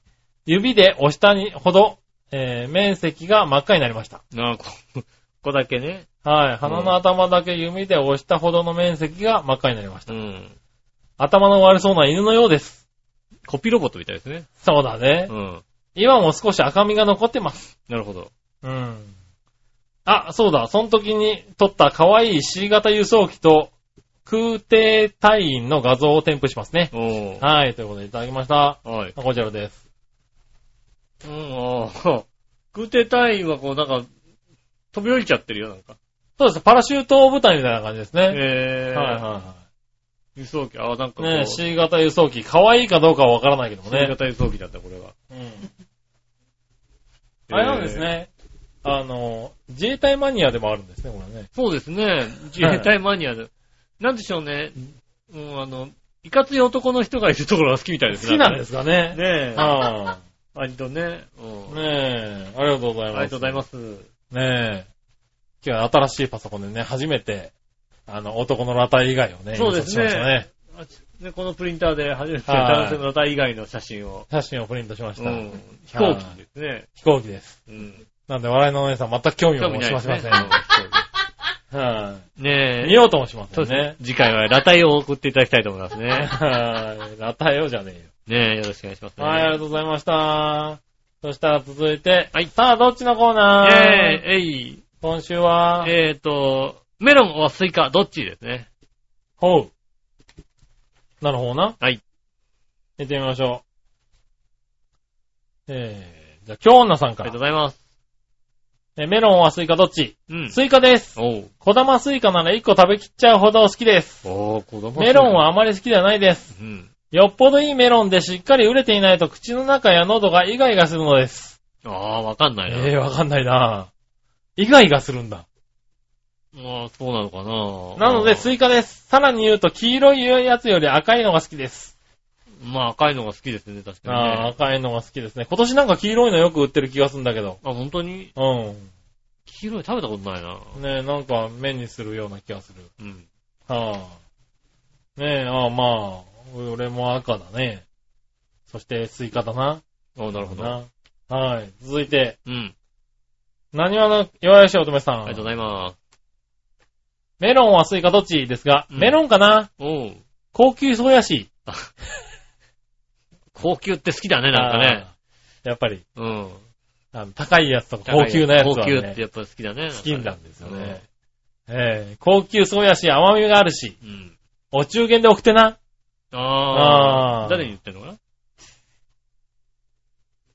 指で押したにほど、えー面積が真っ赤になりました。
なあ、こ、 <laughs> ここだけね。
はい。鼻の頭だけ指で押したほどの面積が真っ赤になりました。
うん。
頭の悪そうな犬のようです。
コピーロボットみたいですね。
そうだね。
うん。
今も少し赤みが残ってます。
なるほど。
うん。あ、そうだ。その時に撮った可愛い C 型輸送機と空挺隊員の画像を添付しますね。
お
はい。ということでいただきました。
はい。
こちらです。
うん、ああ。 <laughs> 空挺隊員はこう、なんか、飛び降りちゃってるよ、なんか。
そうです。パラシュート部隊みたいな感じですね。
へえ。
はいはいは
輸送機、ああ、なん
い。
かこう、
ねえ C 型輸送機。可愛いかどうかはわからないけども
新
ね。
型輸送機だった、これは。
うん。あれなんですね。あの、自衛隊マニアでもあるんですね、これね。
そうですね。自衛隊マニアで。なんでしょうね。うん、あの、いかつい男の人がいるところが好きみたいです
好きなんですすかね。
ねえ。
あ
割とね。
あ。
うん。
ねえ。ありがとうござ
あ
い
り
ま
が
す。
とうございます。
ねえ。今日は新しいパソコンでね、初めて、あの、男の裸体以外をね、
そうですね
印刷しましたね。
あちね、このプリンターで初めて
はい
男性の体以外の写真を。
写真をプリントしまし
う
た。
ん。飛行機ですね。
飛行機です。
うん。
なんで、笑いのお姉さん全く興味
興
を
味
持
ない
ち
で
ます
ね
せん。 <laughs> は
うんね
い。
え。
見ようともしませ
そうんですね
ね。。
次回は裸体を送っていただきたいと思いますね。
はい。裸体をじゃねえよ。
<laughs> ねえ、よろしくお願いしますね。
はい、ありがとうございました。そしたら続いて、はい、さあ、どっちのコーナー
イェーイえい。
今週は、
えーと、メロンはスイカ、どっちですね。
ほう。なるほどな。
はい。
行ってみましょう。えー、じゃあ、京女さん
あ
か
りがとう
ら。
ございます。
えメロンはスイカどっち
うん。
スイカです。
おう。
小玉スイカなら1個食べきっちゃうほど好きです。
おー、子供
メロンはあまり好きではないです。
うん。
よっぽどいいメロンでしっかり売れていないと口の中や喉がイガイガするのです。
ああ、わかんないな。
えー、わかんないなイガイガするんだ。
まあ、そうなのかな。
なので、スイカです。さらに言うと、黄色いやつより赤いのが好きです。
まあ、赤いのが好きですね、確かに、ね。
ああ、赤いのが好きですね。今年なんか黄色いのよく売ってる気がするんだけど。
あ、本当に
うん。
黄色い食べたことないな。
ねえ、なんか目にするような気がする。
うん。
はあ。ねえ、ああ、まあ、俺も赤だね。そして、スイカだな。
あなるほど。
なはい。続いて、
うん。
何わの弱々しい乙女さん。
ありがとうございます。
メロンはスイカどっちですが、
うん
メロンかな
おう。
高級そうやし。
高級って好きだね、なんかね。
ああ。やっぱり。
うん。
あの高いやつとか高級なやつは、ね、
高級ってやっぱ好きだね。
好きなんですよね。ええ高級そうやし、甘みがあるし、
うん。うん。
お中元で送ってな。
あ
あ
あ。
ー
誰に言ってんのか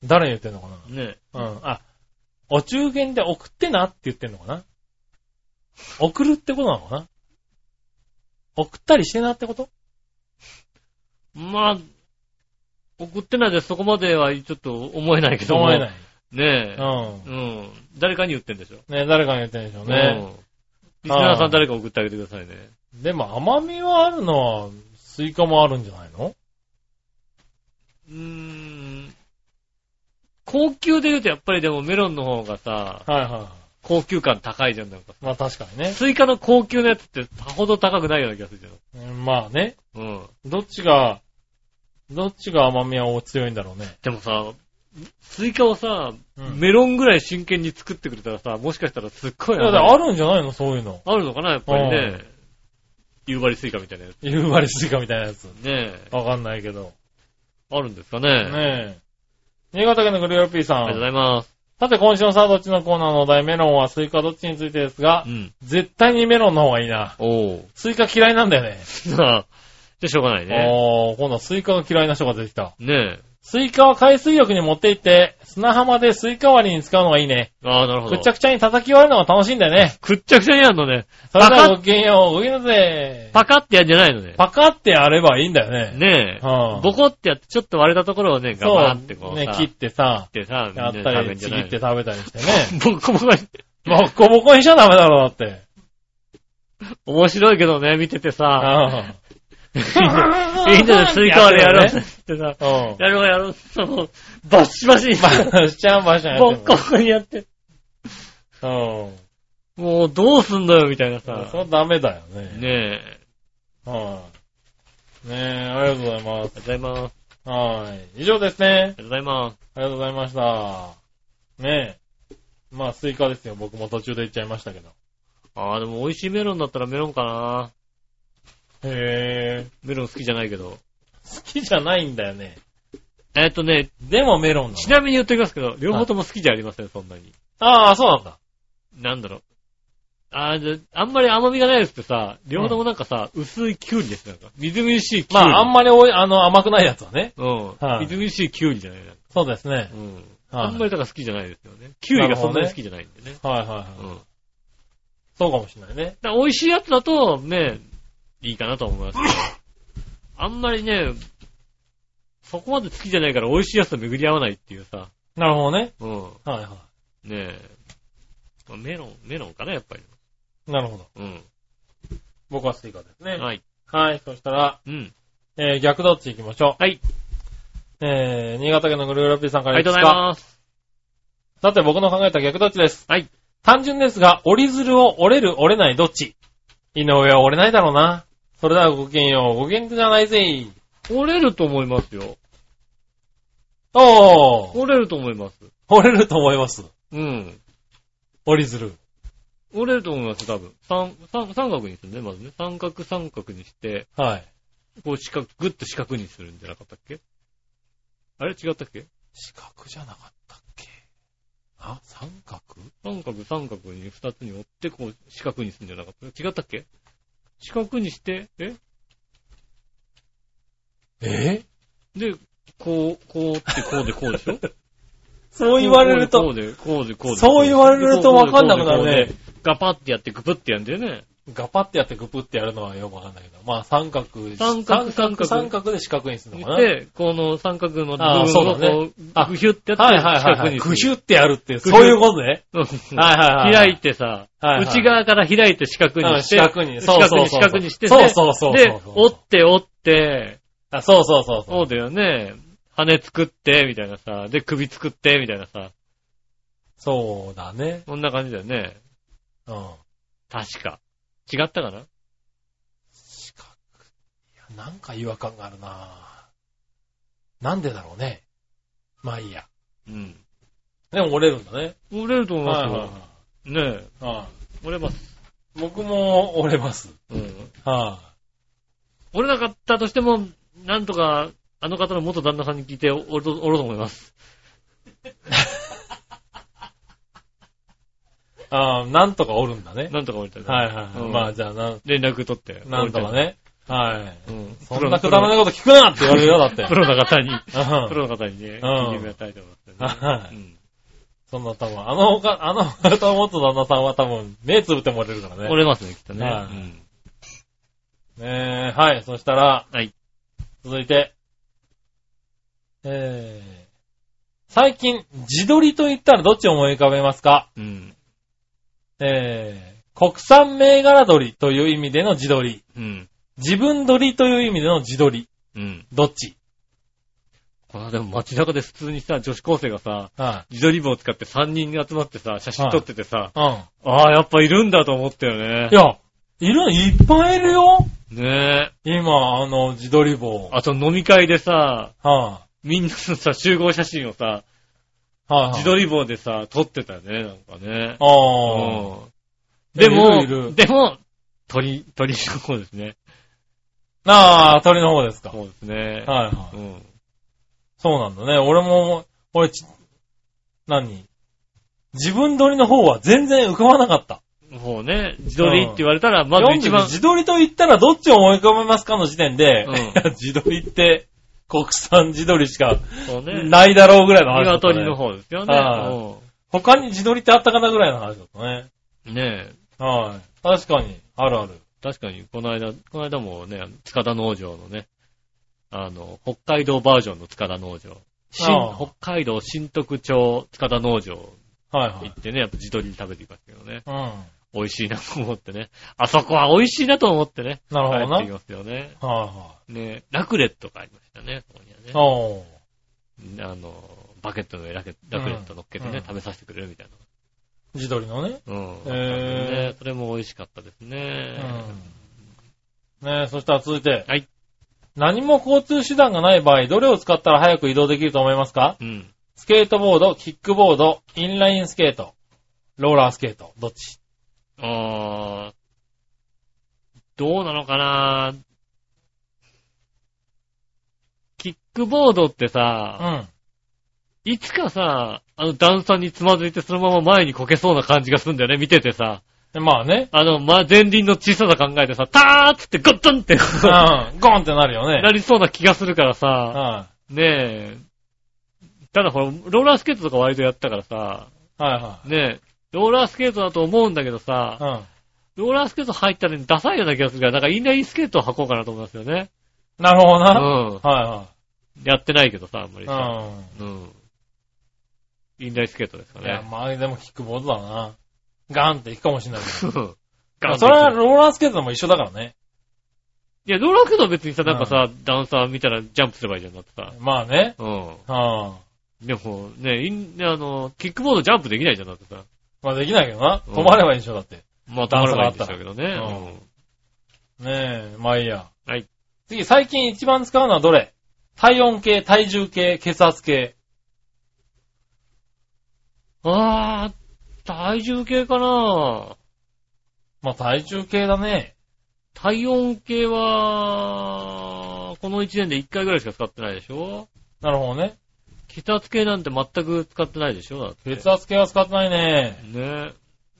誰に言ってんのか
なね
なうん。あ、お中元で送ってなって言ってんのかな送るってことなのかな送ったりしてなってこと
まあ、送ってないでそこまではちょっと思えないけども。
思えない。
ねえ。
う
うん。誰かに言ってんでしょ。
ん。ね誰かに言ってんでしょうね。
うん。リスナーさん誰か送ってあげてくださいね。
でも甘みはあるのは、スイカもあるんじゃないの
うーん。高級で言うとやっぱりでもメロンの方がさ、
はいは
高級感高いじゃん、なんか。
い。まあ確かにね。
スイカの高級なやつってさほど高くないような気がするじ
うんまあね。
ゃん。うん。
どっちが、どっちが甘みはお強いんだろうね。
でもさ、スイカをさ、
うん
メロンぐらい真剣に作ってくれたらさ、もしかしたらすっごい
いや、だからあ
る
るんじゃないのそういうの。
あるのかな、やっぱり
う
ね
ん。
夕張スイカみたいなやつ。
夕張スイカみたいなやつ。
ねえ。
わかんないけど。
あるんですかね。
ねえ。新潟県のグリオピーさ
ありがとうご
ん。
ざいます。
さて、今週のさあ、どっちのコーナーのお題、メロンはスイカどっちについてですが
う、ん。
絶対にメロンの方がいいな。
おう。
スイカ嫌いなんだよ
なあ、
ね。
じゃあしょうがないね。
おー、今度はスイカが嫌いな人が出てきた。
ねえ。
スイカは海水浴に持って行って、砂浜でスイカ割りに使うのがいいね。
ああ、なるほ
く
ど。
っちゃくちゃに叩き割るのが楽しいんだよね。
くっちゃくちゃにやるのね。
それで
パ
は
カッ
ごきげんよう、ごきげんようぜ。
パカってやんじゃないのね。
パカってやればいいんだよね。
ねえ。
うん
ボコってやって、ちょっと割れたところをね、ガバーってこ
そうう、
さ、切
ね、切
っ
ってさ、
てさ、みん
や
な
っ
で
た
食べん
り、
じゃ
ち
な
ぎ
い
って食べたりして
<laughs>
ね。
ボコボコに。
ボッコボコにしちゃダメだろ、だって。
面白いけどね、見ててさ、
う
みんなみんなでスイカ割りやろうって言ってさ、
ん。うん。
やろうやろうってさ、もう、バシバシに、
バシャンバシャンやって
ボ
る
ッコボコにやって、
うん。
もうどうすんだよ、みたいなさ
そ、れダメだよね。
ねえ。
はい。ねえ、ありがとうございま
ありがとうございます。
す。はい。以上ですね。
ありがとうございます。
ありがとうございました。ねえ。まあ、スイカですよ。僕も途中で行っちゃいましたけど。
ああ、でも美味しいメロンだったらメロンかな。
へえ。
メロン好きじゃないけど。
好きじゃないんだよね。
えっとね、
でもメロンなの
ちなみに言っておきますけど、両方とも好きじゃありません、そんなに。
ああ、そうなんだ。
なんだろう。あーじゃあんまり甘みがないやつってさ、両方ともなんかさ、薄いキュウリです。なんか、みずみずしいキュ
ま
ウリ。
あ、あんまりおい、あの、甘くないやつはね。
うん。
はい
みずみずしいキュウリじゃないなんか
そうですね。
うん。
はい
あんまりだから好きじゃないですよね。キュウリがそんなに好きじゃないんでね。
はいはいはい。
うん。
そうかもしれないね。
だから美味しいやつだと、ね、いいかなと思い <laughs> ます。あんまりね、そこまで好きじゃないから美味しいやつと巡り合わないっていうさ。
なるほどね。
うん。
はいは
ねえ。まあメロン、メロンかな、やっぱり。
い。なるほど。
うん。
僕はスイカですね。
はい。
はい。そしたら、
うん。
えー、逆どっち行きましょ
はい。
う。えー、新潟県のグルーラピーさんか
あ
ら
り
い
がと
で
う
す
ござい
か
ます。
さて僕の考えた逆どっちです。
はい。
単純ですが、折り鶴を折れる折れないどっち井上は折れないだろうな。それではごきげんよう。ごきげんじゃないぜい。
折れると思いますよ。
おー。
折れると思います。
折れると思います。
うん。
折り鶴。
折れると思います、多分。三、三、三角にするね、まずね。三角三角にして、
はい。
こう四角、ぐっと四角にするんじゃなかったっけあれ違ったっけ
四角じゃなかったっけあ、三角
三角三角に二つに折って、こう四角にするんじゃなかった違ったっけ四角にして、え
え
で、こう、こうってこうでこうでしょ
そう言われる、
ことうで、こうで、こうで。
そう言われるとわかんなくな
こ
るね
うで。こうでこうでガパってやって、グプってやんだよね。
ガパってやってグプってやるのはよくわかんないけど、まあ三角、
三角
三
三
角
角
三角で四角にするのかな。はい
で、この三角の部
あーそう
分
だ
を
ね
こ
あ
う、グヒュってやって、
はいはい、はい。
四角
グ
にす
ヒ
る
ュってやるって、
グヒュ
そういうことね。
うん
はいはいはい。
開いてさ、
はいはい
内側から開いて四角にして、
うん四角にそう
四角
そう
に
そう
四角にして、
そうそうそうそう
で、折って折って、
あ、そうそうそうそ。
そううだよね。羽作って、みたいなさ、で、首作って、みたいなさ、
そうだね。
そんな感じだよね。
うん。
確か。違ったかな
四角。いや、なんか違和感があるななんでだろうね。まあいいや。
うん。
でも折れるんだね。
折れると思い
はい
ま
は
すよ。ねえ。
いはい。
折れます。
僕も折れます。
うん。
は
折れなかったとしても、なんとか、あの方の元旦那さんに聞いて折ると、折ろうと思います。
い。ああ、なんとか折るんだね。
なんとか折れたら。
はいはいはい。
うん
まあじゃあ、なん、
連絡取って。
なんとか
折れ
ね。はい。
たら。うん。
そんなくだらないこと聞くなって言われるよ、だって。
プロの方に、プ
うん
ロの方にね、
うん
聞いてみたいと思いますよ
は
ね。う
い。
ん。
そんな多分、あのおか、あの方を持つ旦那さんは多分、目つぶってもらえるからね。
折れますね、きっとね。
はい
うん
ねえ、はい。そしたら、
はい。
続いて、えー、最近、自撮りと言ったらどっちを思い浮かべますか
うん。
えー、国産銘柄撮りという意味での自撮り。
うん。
自分撮りという意味での自撮り。
うん。
どっち
この間も街中で普通にさ、女子高生がさ、
は
自撮り棒を使って3人集まってさ、写真撮っててさ、
い。うん。
ああ、やっぱいるんだと思ったよね
い。や、いる、いっぱいいるよ
ねえ。
今、あの、自撮り棒。
あと飲み会でさ、
は
みんなのさ、集合写真をさ、
い。はいはい。
自撮り棒でさ、撮ってたよね、なんかね。
ああ。
うんでも、
いるいる
でも、鳥、鳥の方ですね。
ああ、鳥の方ですか。はい
そうですね。
は
う
い。
ん。
そうなんだね。俺も、俺、ち何自分撮りの方は全然浮かばなかった。
もうね、自撮りって言われたら、まず一
40
番、
自撮りと言ったらどっちを思い浮かべますかの時点で、
うん
<laughs> 自撮りって国産自撮りしか
そうね、
ないだろうぐらいの話だった、ね。
鶏の方ですよね。
は他に自撮りってあったかなぐらいの話だったね。
うんねえ。
はい。確かに、あるある。
確かに、この間、この間もね、塚田農場のね、あの、北海道バージョンの塚田農場。新
ああ
北海道新徳町塚田農場
はいは
行
い
っ。てね、やっぱ自撮りで食べてきましたけどね。
う
美
ん。
味しいなと思ってね。あそこは美味しいなと思ってね。
なるほどな。
帰って
はい
きますよね。
は
ね、ラクレットがありましたね、ここに
い。
は
おー。
ね。あの、バケットの上ラケラクレット乗っけてね、
うん
食べさせてくれるみたい
自撮りのね。
な。うん。
へえ
ね、それも美味しかったですね。
うん。ねえ、そしたら続いて。
はい。
何も交通手段がない場合、どれを使ったら早く移動できると思いますか
うん。
スケートボード、キックボード、インラインスケート、ローラースケート、どっち
あー、どうなのかなキックボードって
う
さ、
ん。
いつかさ、あの段差につまずいてそのまま前にこけそうな感じがするんだよね、見ててさ。
でまあね。
あの、ま、前輪の小ささ考えてさ、ターッつってゴットンって、
うん。ゴンってなるよ
な
ね。
りそうな気がするから
うん。
さ、
は
ねえ。ただほら、ローラースケートとか割とやったからさ、
いは
ねえ、ローラースケートだと思うんだけどさ
い。、うん。
ローラースケート入ったらダサいような気がするから、なんかインラインスケートを履こうかなと思いますよね。
なるほど
う
な。
ん。
は
やってないけどさ、あんまり
い
さ。
はい。うん。
うん。インラインスケートですか
いや、
ね。
まあでもキックボードだな。ガンって行くかもしれないけ
<laughs>
ど。
うん
まあそれはローラースケートでも一緒だからね。
いや、ローラースケートは別にさ、なんかさ、ダンサー見たらジャンプすればいいじゃんだってさ。
まあね。
うん。
うん。
でも、ね、イン、あの、キックボードジャンプできないじゃんだってさ。
まあできないけどな。
うん
止まれば一緒だって。
まあ、
ダンサーが
ん
あった
で
ら
しょうけどね。う
ねえ、まあいいや。
はい。
次、最近一番使うのはどれ体温計、体重計、血圧計。
ん。あー、体重計かな
まあ体重計だね。
体温計は、この1年で1回ぐらいしか使ってないでしょ
なるほどね。
血圧計なんて全く使ってないでしょだって。
血圧計は使ってないね。
ね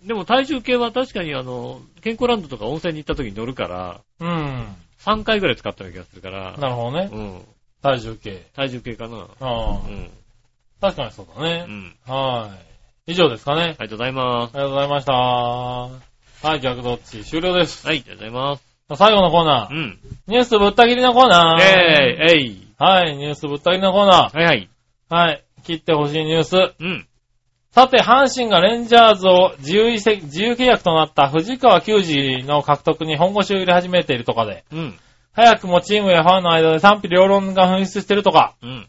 でも体重計は確かにあの、健康ランドとか温泉に行った時に乗るから、
うん。
3回ぐらい使ったような気がするから、
なるほどね。
うん。
体重計。
体重計かな。
あ
う
あ、
ん。
確かにそうだ
う
ね。
ん。
はい。以上ですかね。
ありがとうございま
ありがとうございました。はい、逆どっち終了です。
す。はい、ありがとうございます。
最後のコーナ
う
ー。
ん。
ニュースぶった切りのコーナー。
えい、えい。
はい、ニュースぶった切りのコーナー。
はいはい。
はい、切ってほしいニュース。
うん。
さて、阪神がレンジャーズを自由移籍自由契約となった藤川球児の獲得に本腰を入れ始めているとかで、
うん。
早くもチームやファンの間で賛否両論が噴出してるとか、
うん。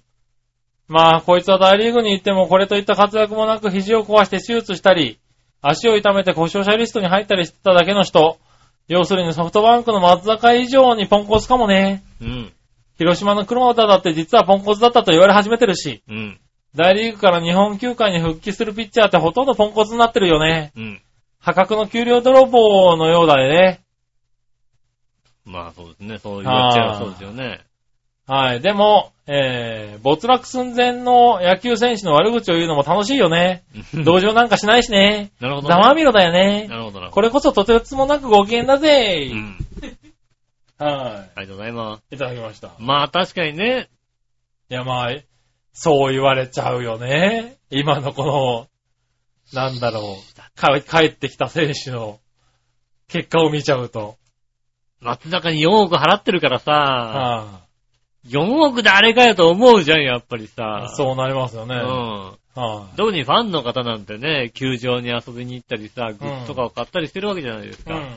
まあ、こいつは大リーグに行ってもこれといった活躍もなく肘を壊して手術したり、足を痛めて故障者リストに入ったりしてただけの人、要するにソフトバンクの松坂以上にポンコツかもね。
うん。
広島の黒田だって実はポンコツだったと言われ始めてるし、
うん。
大リーグから日本球界に復帰するピッチャーってほとんどポンコツになってるよね。
うん。
破格の給料泥棒のようだよね。
まあそうですね。そう言っちゃ
あ
う
ー
そうですよね。
はい。でも、えー、没落寸前の野球選手の悪口を言うのも楽しいよね。同情なんかしないしね。
<laughs> なるほど、ね。
ざまみろだよね。
なるほどなるほ
これこそとてつもなくご機嫌だぜ
ど。う。ん。
は
ありがとうございます。
い。いただきました。い
まあ確かにね、
や、まあ、そう言われちゃうよね。今のこの、なんだろう、か帰ってきた選手の結果を見ちゃうと。
松坂に4億払ってるからさ、
は
4億であれかよと思うじゃん、やっぱりさ
い。。そうなりますよね。
うん。
はい。
特にファンの方なんてね、球場に遊びに行ったりさ、グッズとかを買ったりしてるわけじゃないです
う
か。
ん。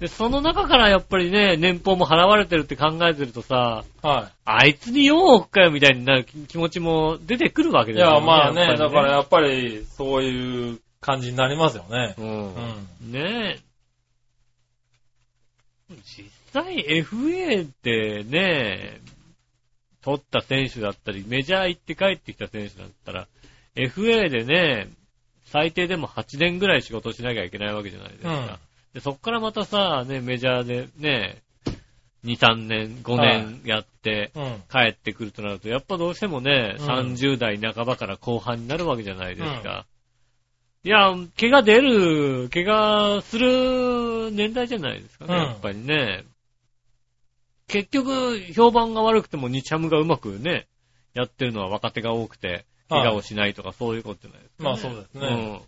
で、その中からやっぱりね、年俸も払われてるって考えてるとさ、
はい。
あいつに4億かよみたいになる気気持ちも出てくるわけ
い
ですよ
や、まあね、
やっぱ
だ
り
からやっぱり、そういう感じになりますよね。
うん。ねえ。実際 FA ってね、取った選手だったり、メジャー行って帰ってきた選手だったら、FA でね、最低でも8年ぐらい仕事しなきゃいけないわけじゃないですか。
うん
でそこからまたさ、ね、メジャーでね、2、3年、5
はい
年やって、
うん。
帰ってくるとなると、やっぱどうしてもね、
うん
30代半ばから後半になるわけじゃないですか。いや、怪我出る、怪我する年代じゃないですかね、
うん
やっぱりね。結局、評判が悪くても日ハムがうまくね、やってるのは若手が多くて、
はい
怪我をしないとかそういうことじゃないですか、
まあそうですね。
うん。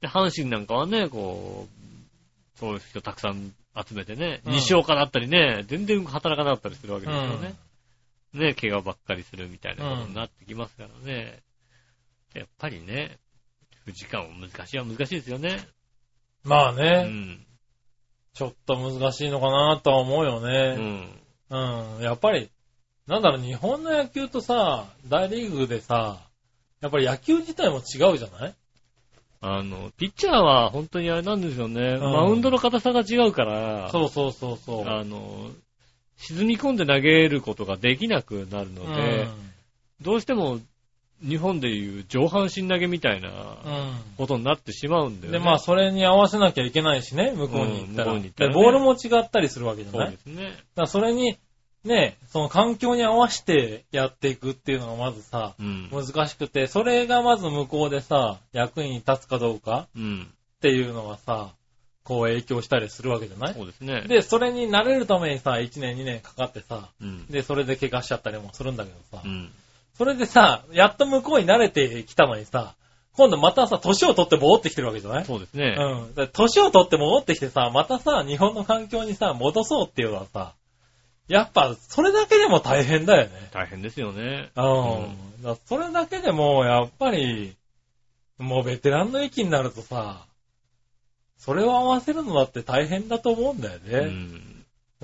で、阪神なんかはね、こう、そういう人たくさん集めてね、
うん
西岡だったりね、全然働かなかったりするわけ
う
ですよ
ん
ね。。ね、怪我ばっかりするみたいなことになってきますからね。やっぱりね、時間は難しいは難しいですよね。
まあ
う
ね、
ん。
ちょっと難しいのかなとは思うよ
う
ね。
ん。
うん。やっぱり、なんだろう、日本の野球とさ、大リーグでさ、やっぱり野球自体も違うじゃない
あの、ピッチャーは本当にあれなんですよね。マウンドの硬さが違うから、
そうそうそうそう。
あの、沈み込んで投げることができなくなるの
う
で、
ん。
どうしても日本でいう上半身投げみたいな
う
ことになってしまうんだ
ん。
よね。
で、まあ、それに合わせなきゃいけないしね、向こうに行った
う
ら。
ん向こうに行ったらね
でボールも違ったりするわけじゃ
そ
な
う
い
ですね。
だからそれに、ね、その環境に合わせてやっていくっていうのがまずさ、
うん。
難しくて、それがまず向こうでさ、役に立つかどうか
うん。
っていうのがさ、こう影響したりするわけじゃない
そうですね。、
で、それに慣れるためにさ、1年2年かかってさ、
うん。
で、それで怪我しちゃったりもするんだけどさ、
うん。
それでさ、やっと向こうに慣れてきたのにさ、今度またさ、年を取って戻ってきてるわけじゃない
そうですね。
うん。だから年を取って戻ってきてさ、またさ、日本の環境にさ、戻そうっていうのはさ、やっぱ、それだけでも大変だよね。
大変ですよね。
うん。だからそれだけでも、やっぱり、もうベテランの域になるとさ、それを合わせるのだって大変だと思うんだよ
う
ね。
ん。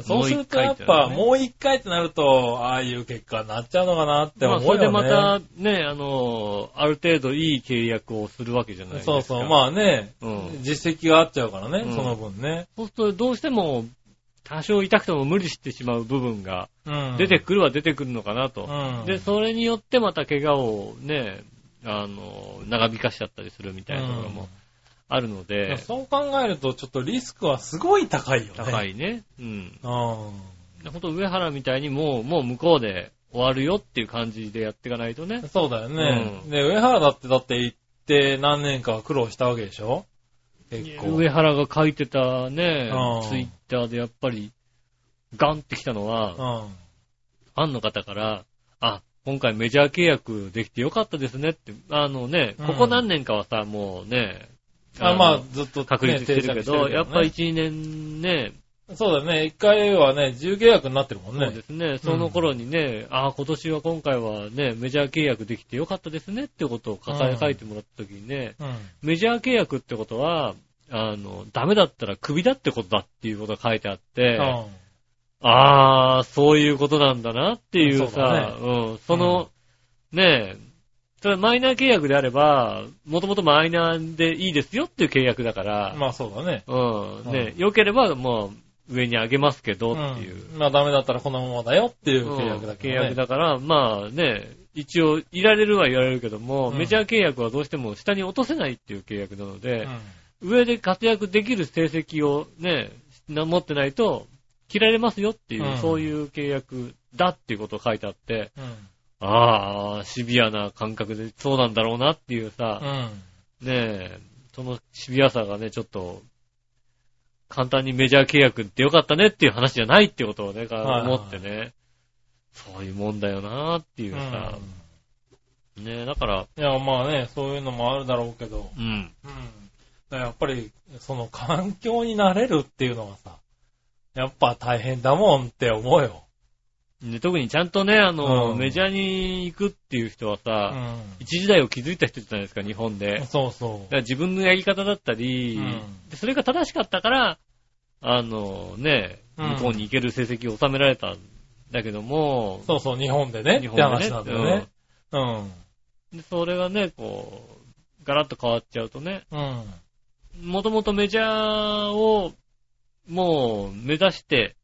そうするとやっぱ、も
も
う一回ってなると、ああいう結果になっちゃうのかなって
ま
思
あ、
う
それ
よ
で
ね。
また、ね、あの、ある程度いい契約をするわけじゃないですか。
そうそう、まあね、
うん
実績があっちゃうからね、
うん
その分ね。
そうすると、どうしても、多少痛くても無理してしまう部分が、
うん。
出てくるは出てくるのかなと。
うん
で、それによってまた怪我をね、あの、長引かしちゃったりするみたいなところもあるの
うん
で、
そう考えると、ちょっとリスクはすごい高いよね。
高
い。
いね。うん。
う
ほんと上原みたいにもう、もう向こうで終わるよっていう感じでやっていかないとね
ん。。 <laughs> そうだよね。
うん
で、上原だってだって行って何年かは苦労したわけでしょ結構。
上原が書いてたね
う、ん
ツイッターでやっぱり、ガンってきたのは、フ
うん。
ァンの方から、あ、今回メジャー契約できてよかったですねって、あのね、ここ何年かはさ、もうね、
あまあ、ずっと、ね、
確立してるけ
定着
ど、
ね
やっぱ1、2年ね、
そうだよね。一回はね、自由契約になってるもん
そう
ね。
ですね、その頃にね、ああ、今年は今回はね、メジャー契約できてよかったですねってことを書か
うん
書いてもらった時にね、
うん。
メジャー契約ってことは、あの、ダメだったらクビだってことだっていうことが書いてあって、
うん
ああ、そういうことなんだなっていう
そうだ
さ、うん、その、ねえ、それマイナー契約であれば、もともとマイナーでいいですよっていう契約だから、
まあそうだね。
うん。ね
う、ん
良ければ、もう、上に上げますけどっていう。
うんまあダメだったらこのままだよっていう
うん
契約だけ
契
どね。
約だから、まあね、一応、いられるは言われるけども、
うん
メジャー契約はどうしても下に落とせないっていう契約なので、
うん
上で活躍できる成績をね、な持ってないと、切られますよっていう、
うん
そういう契約だっていうことを書いてあって、
うん。
ああ、シビアな感覚で、そうなんだろうなっていうさ、
う
ね
ん。
え、そのシビアさがね、ちょっと、簡単にメジャー契約ってよかったねっていう話じゃないってことをね、
はいはい
思ってね、そういうもんだよなっていうさ、ねえ、だから、
いや、まあね、そういうのもあるだろうけど、
うん、
うん。だからやっぱり、その環境に慣れるっていうのがさ、やっぱ大変だもんって思うよ。
で特にちゃんとね、あの、
うん
メジャーに行くっていう人は
う
さ、
ん。
一時代を築いた人じゃないですか、日本で。だか
そうそう。
ら自分のやり方だったり、
うん
でそれが正しかったから、あのね、
うん
向こうに行ける成績を収められたんだけども、
そうそう、日本でね、
日本
って
でね
話なんだよね。うん。
で、それがね、こう、ガラッと変わっちゃうとね、
うん。
もともとメジャーを、もう、目指して、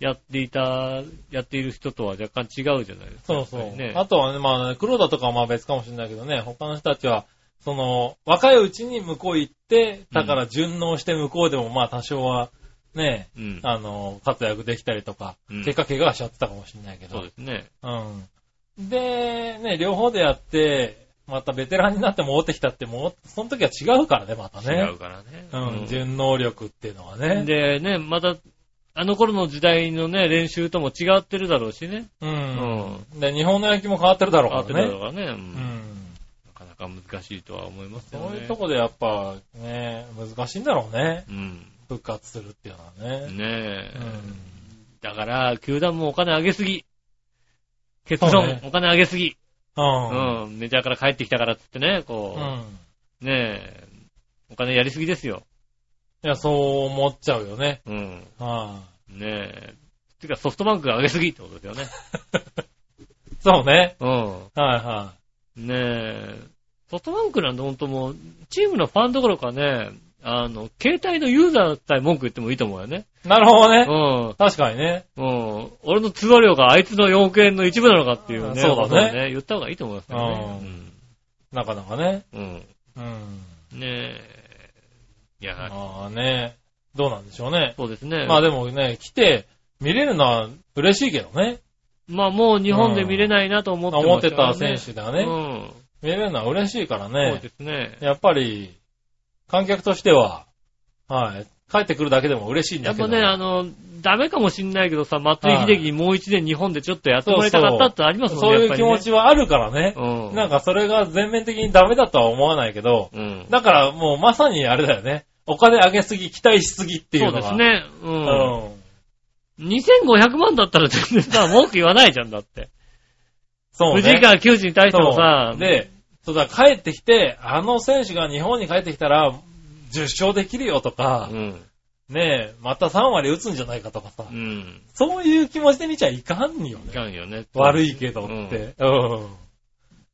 やっていた、やっている人とは若干違うじゃないですか。
そうそ
やっぱり。
う
ね、
あとはね、まあ、黒田とかはまあ別かもしれないけどね、他の人たちは、その、若いうちに向こう行って、だから順応して向こうでもまあ多少は、ね、
うん。
あの、活躍できたりとか、
うん
結果怪我はしちゃってたかもしれないけど
そう、ですね。
うん。で、ね、両方でやって、またベテランになって戻ってきたって、もう、その時は違うからね、また
違
ね
う。からね。
うん、順能力っていうのはね。
でね、また、あの頃の時代のね、練習とも違ってるだろうしね。
う。
うんん。
で、日本の野球も変わってるだろう
変わって
か
るだ
ら
ろう
ね。
からね。う
うんん。
なかなか難しいとは思いますよね。
そういうとこでやっぱ、ね、難しいんだろうね。
うん。
復活するっていうのはね。
ねえ。
うん。
だから、球団もお金上げすぎ。結
そ
論、
うね
お金上げすぎ。う
うん。
ん、メジャーから帰ってきたからっつってね、こ
う
う、
ん。
ねえ、お金やりすぎですよ。
いや、そう思っちゃうよね。
うん、
は
ねえ。てか、ソフトバンクが上げすぎってことですよね。
い。そうね。
う
はいは
ん。ねえ、ソフトバンクなんて本当もう、チームのファンどころかね、あの、携帯のユーザーさえ文句言ってもいいと思うよね。
い。なるほど
う
ね。
ん。
確かにね。
うん。俺の通話料があいつの4億円の一部なのかっていうね。
そうだ
こ
ね
とをね。言った方がいいと思いますよね。
なかなかね。
うん。うん。
うん。
ねえ。いや、
まあね、どうなんでしょうね。
そうですね。
まあ
で
でもね、来て、見れるのは嬉しいけどね。
まあもう日本で見れないなと思って
思
ま
っ
した
て
から
た選手だね。
うん。
見れるのは嬉しいから
そう
ね。
ですね。
やっぱり、観客としては、はい、帰ってくるだけでも嬉しいん
や
だ
っ
けど。
ぱね、あの、ダメかもしんないけどさ、松井秀喜にもう一年日本でちょっとやってもらいたかったってありますもんね。
そう
や
いう
っぱ
気
りね
持ちはあるからね。
うん。
なんかそれが全面的にダメだとは思わないけど、
うん。
だからもうまさにあれだよね。お金上げすぎ、期待しすぎってい
そうう
の
で
が。
すね。う。
うんん。
2500万だったら全然さ、文句言わないじゃんだって。
そうね。
藤川球児に対してもさ
そう、で、そうだ、帰ってきて、あの選手が日本に帰ってきたら、10勝できるよとか
う、ん。
ねえ、また3割打つんじゃないかとかさ、
うん。
そういう気持ちで見ちゃいかんよ
い
ね。
かんよね。
悪いけどって。うん。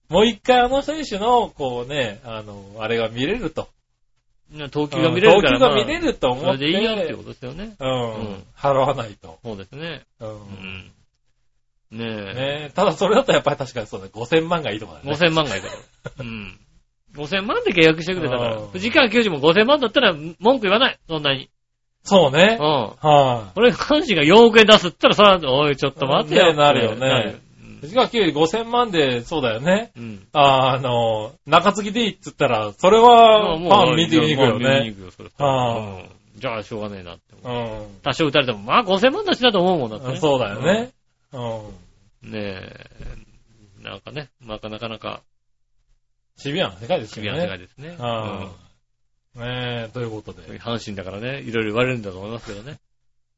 もう一回あの選手の、こうね、あの、あれが見れると。
ね。投球が見れるから。
投球が見れると
まあ
思っ
そ
て。
れでいいよってことですよね。
うん
うん
払わないと。
そうですね。
うん
うん。ね
ねえただそれだとやっぱり確かにそうだ。5000万がいいとかだ
え。
ね。
5000万がいい
<laughs>
から。うん。5000万で契約してくれたから
う。ん
藤川球児も5000万だったら文句言わない。そんなに。
そう
う
ね。
ん。
は
これ、阪神が4億円出すって言ったらさ、おい、ちょっと待ってよ。
ねなるよね
うん
い。藤川球児5000万で、そうだよね。
うん。
あの、中継ぎでいいっつったら、それ
ま
は
あ
フ
もう
ァン見てに行く
まあ見
よ
に
ね。
行くよ、それ
あ
うんじゃあ、しょうがねえなって思う。
う
多少打たれても、まあ5000万だしだと思うもんだってね。
ん。そうだよね。うん。
うん。ねえ。なんかね、まあなかなか
シビアな世界です
シビ
よ
ア
ね。
な世界ですね。
ああねえ、ということ
うん
で。
阪神だからね、いろいろ言われるんだと思いますけどね。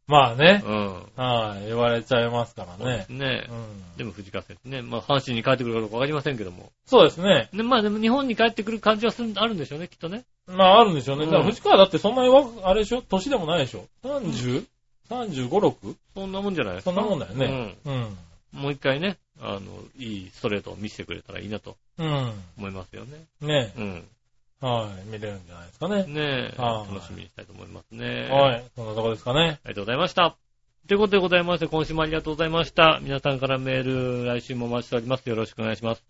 まあね。
うん。
はい、言われちゃいますからね。
ねえ
う。ん
でも藤川選手ね、まあ阪神に帰ってくるかどうかわかりませんけども。
そうですね。
ね、まあでも日本に帰ってくる感じはするあるんでしょうね、きっとね。
まああるんでしょうね。
うん
だから藤川だってそんなに若くあれでしょ年でもないでしょ ?30?35、35 6?
そんなもんじゃないですか
そんなもんだよね。うん。
もう一回ね、あの、いいストレートを見せてくれたらいいなと
うん。
思いますよね。
ね
うん。
え。はい、見れるんじゃないですかね。
ねえ、
はい
楽しみにしたいと思いますね。あ
はい、そんなとこですかね。
りがとうございました。ということでございまして、今週もありがとうございました。皆さんからメール、来週もお待ちしております。よろしくお願いします。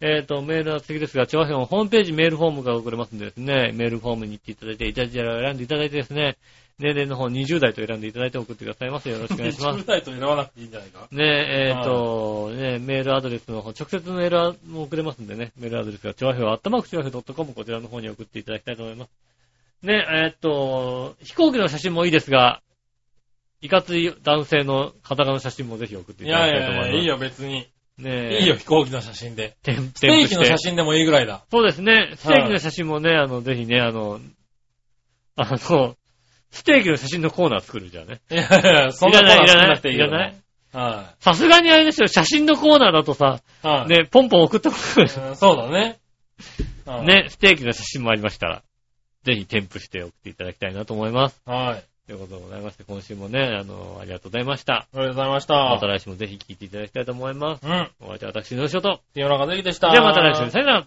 えっ、と、メールは次ですが、調和表のホームページメールフォームが送れますんでですね、メールフォームに行っていただいて、イタジェラを選んでいただいてですね、年齢の方20代と選んでいただいて送ってくださいませ。よろしくお願いします。
20代と選ばなくていいんじゃないか
ねえ、えっ、と、ねえメールアドレスの方、直接メールも送れますんでね、メールアドレスが、ちょわひょあったまくちょわひょ .com、こちらの方に送っていただきたいと思います。ねえ、えっ、と、飛行機の写真もいいですが、いかつい男性の方の写真もぜひ送ってい
い
ただ
や
き
い
たいと思いま
や
す。
いや、いい。よ、別に。
ねえ、
いいよ、。飛行機の写真で。
添
ステー
付
キ
し
の写
て。
真でもいいぐらいだ。
そうですね、ステーキの写真もね、あの、ぜひね、あの、あの、ステーキの写真のコーナー作るじゃあね。
いやいや、そん
い
な
ら
こ
ない、い
と
ら
は
な
なく
い、
ていい
い
よ。
らない。
は
さすがにあれですよ、写真のコーナーだとさ、
い。はい。
ね、ポンポン送ってこない。
うんそうだね。はい。
ね、ステーキの写真もありましたら、ぜひ添付して送っていただきたいなと思います。
はい。あり
ということでございまして、今週もね、あの、ありがとうございました。
がとうございまし
また
た。
来週もぜひ聞いていただきたいと思います。
うん。
お相手は私、の仕事。
清中関でした。
ではまた来週、さよなら。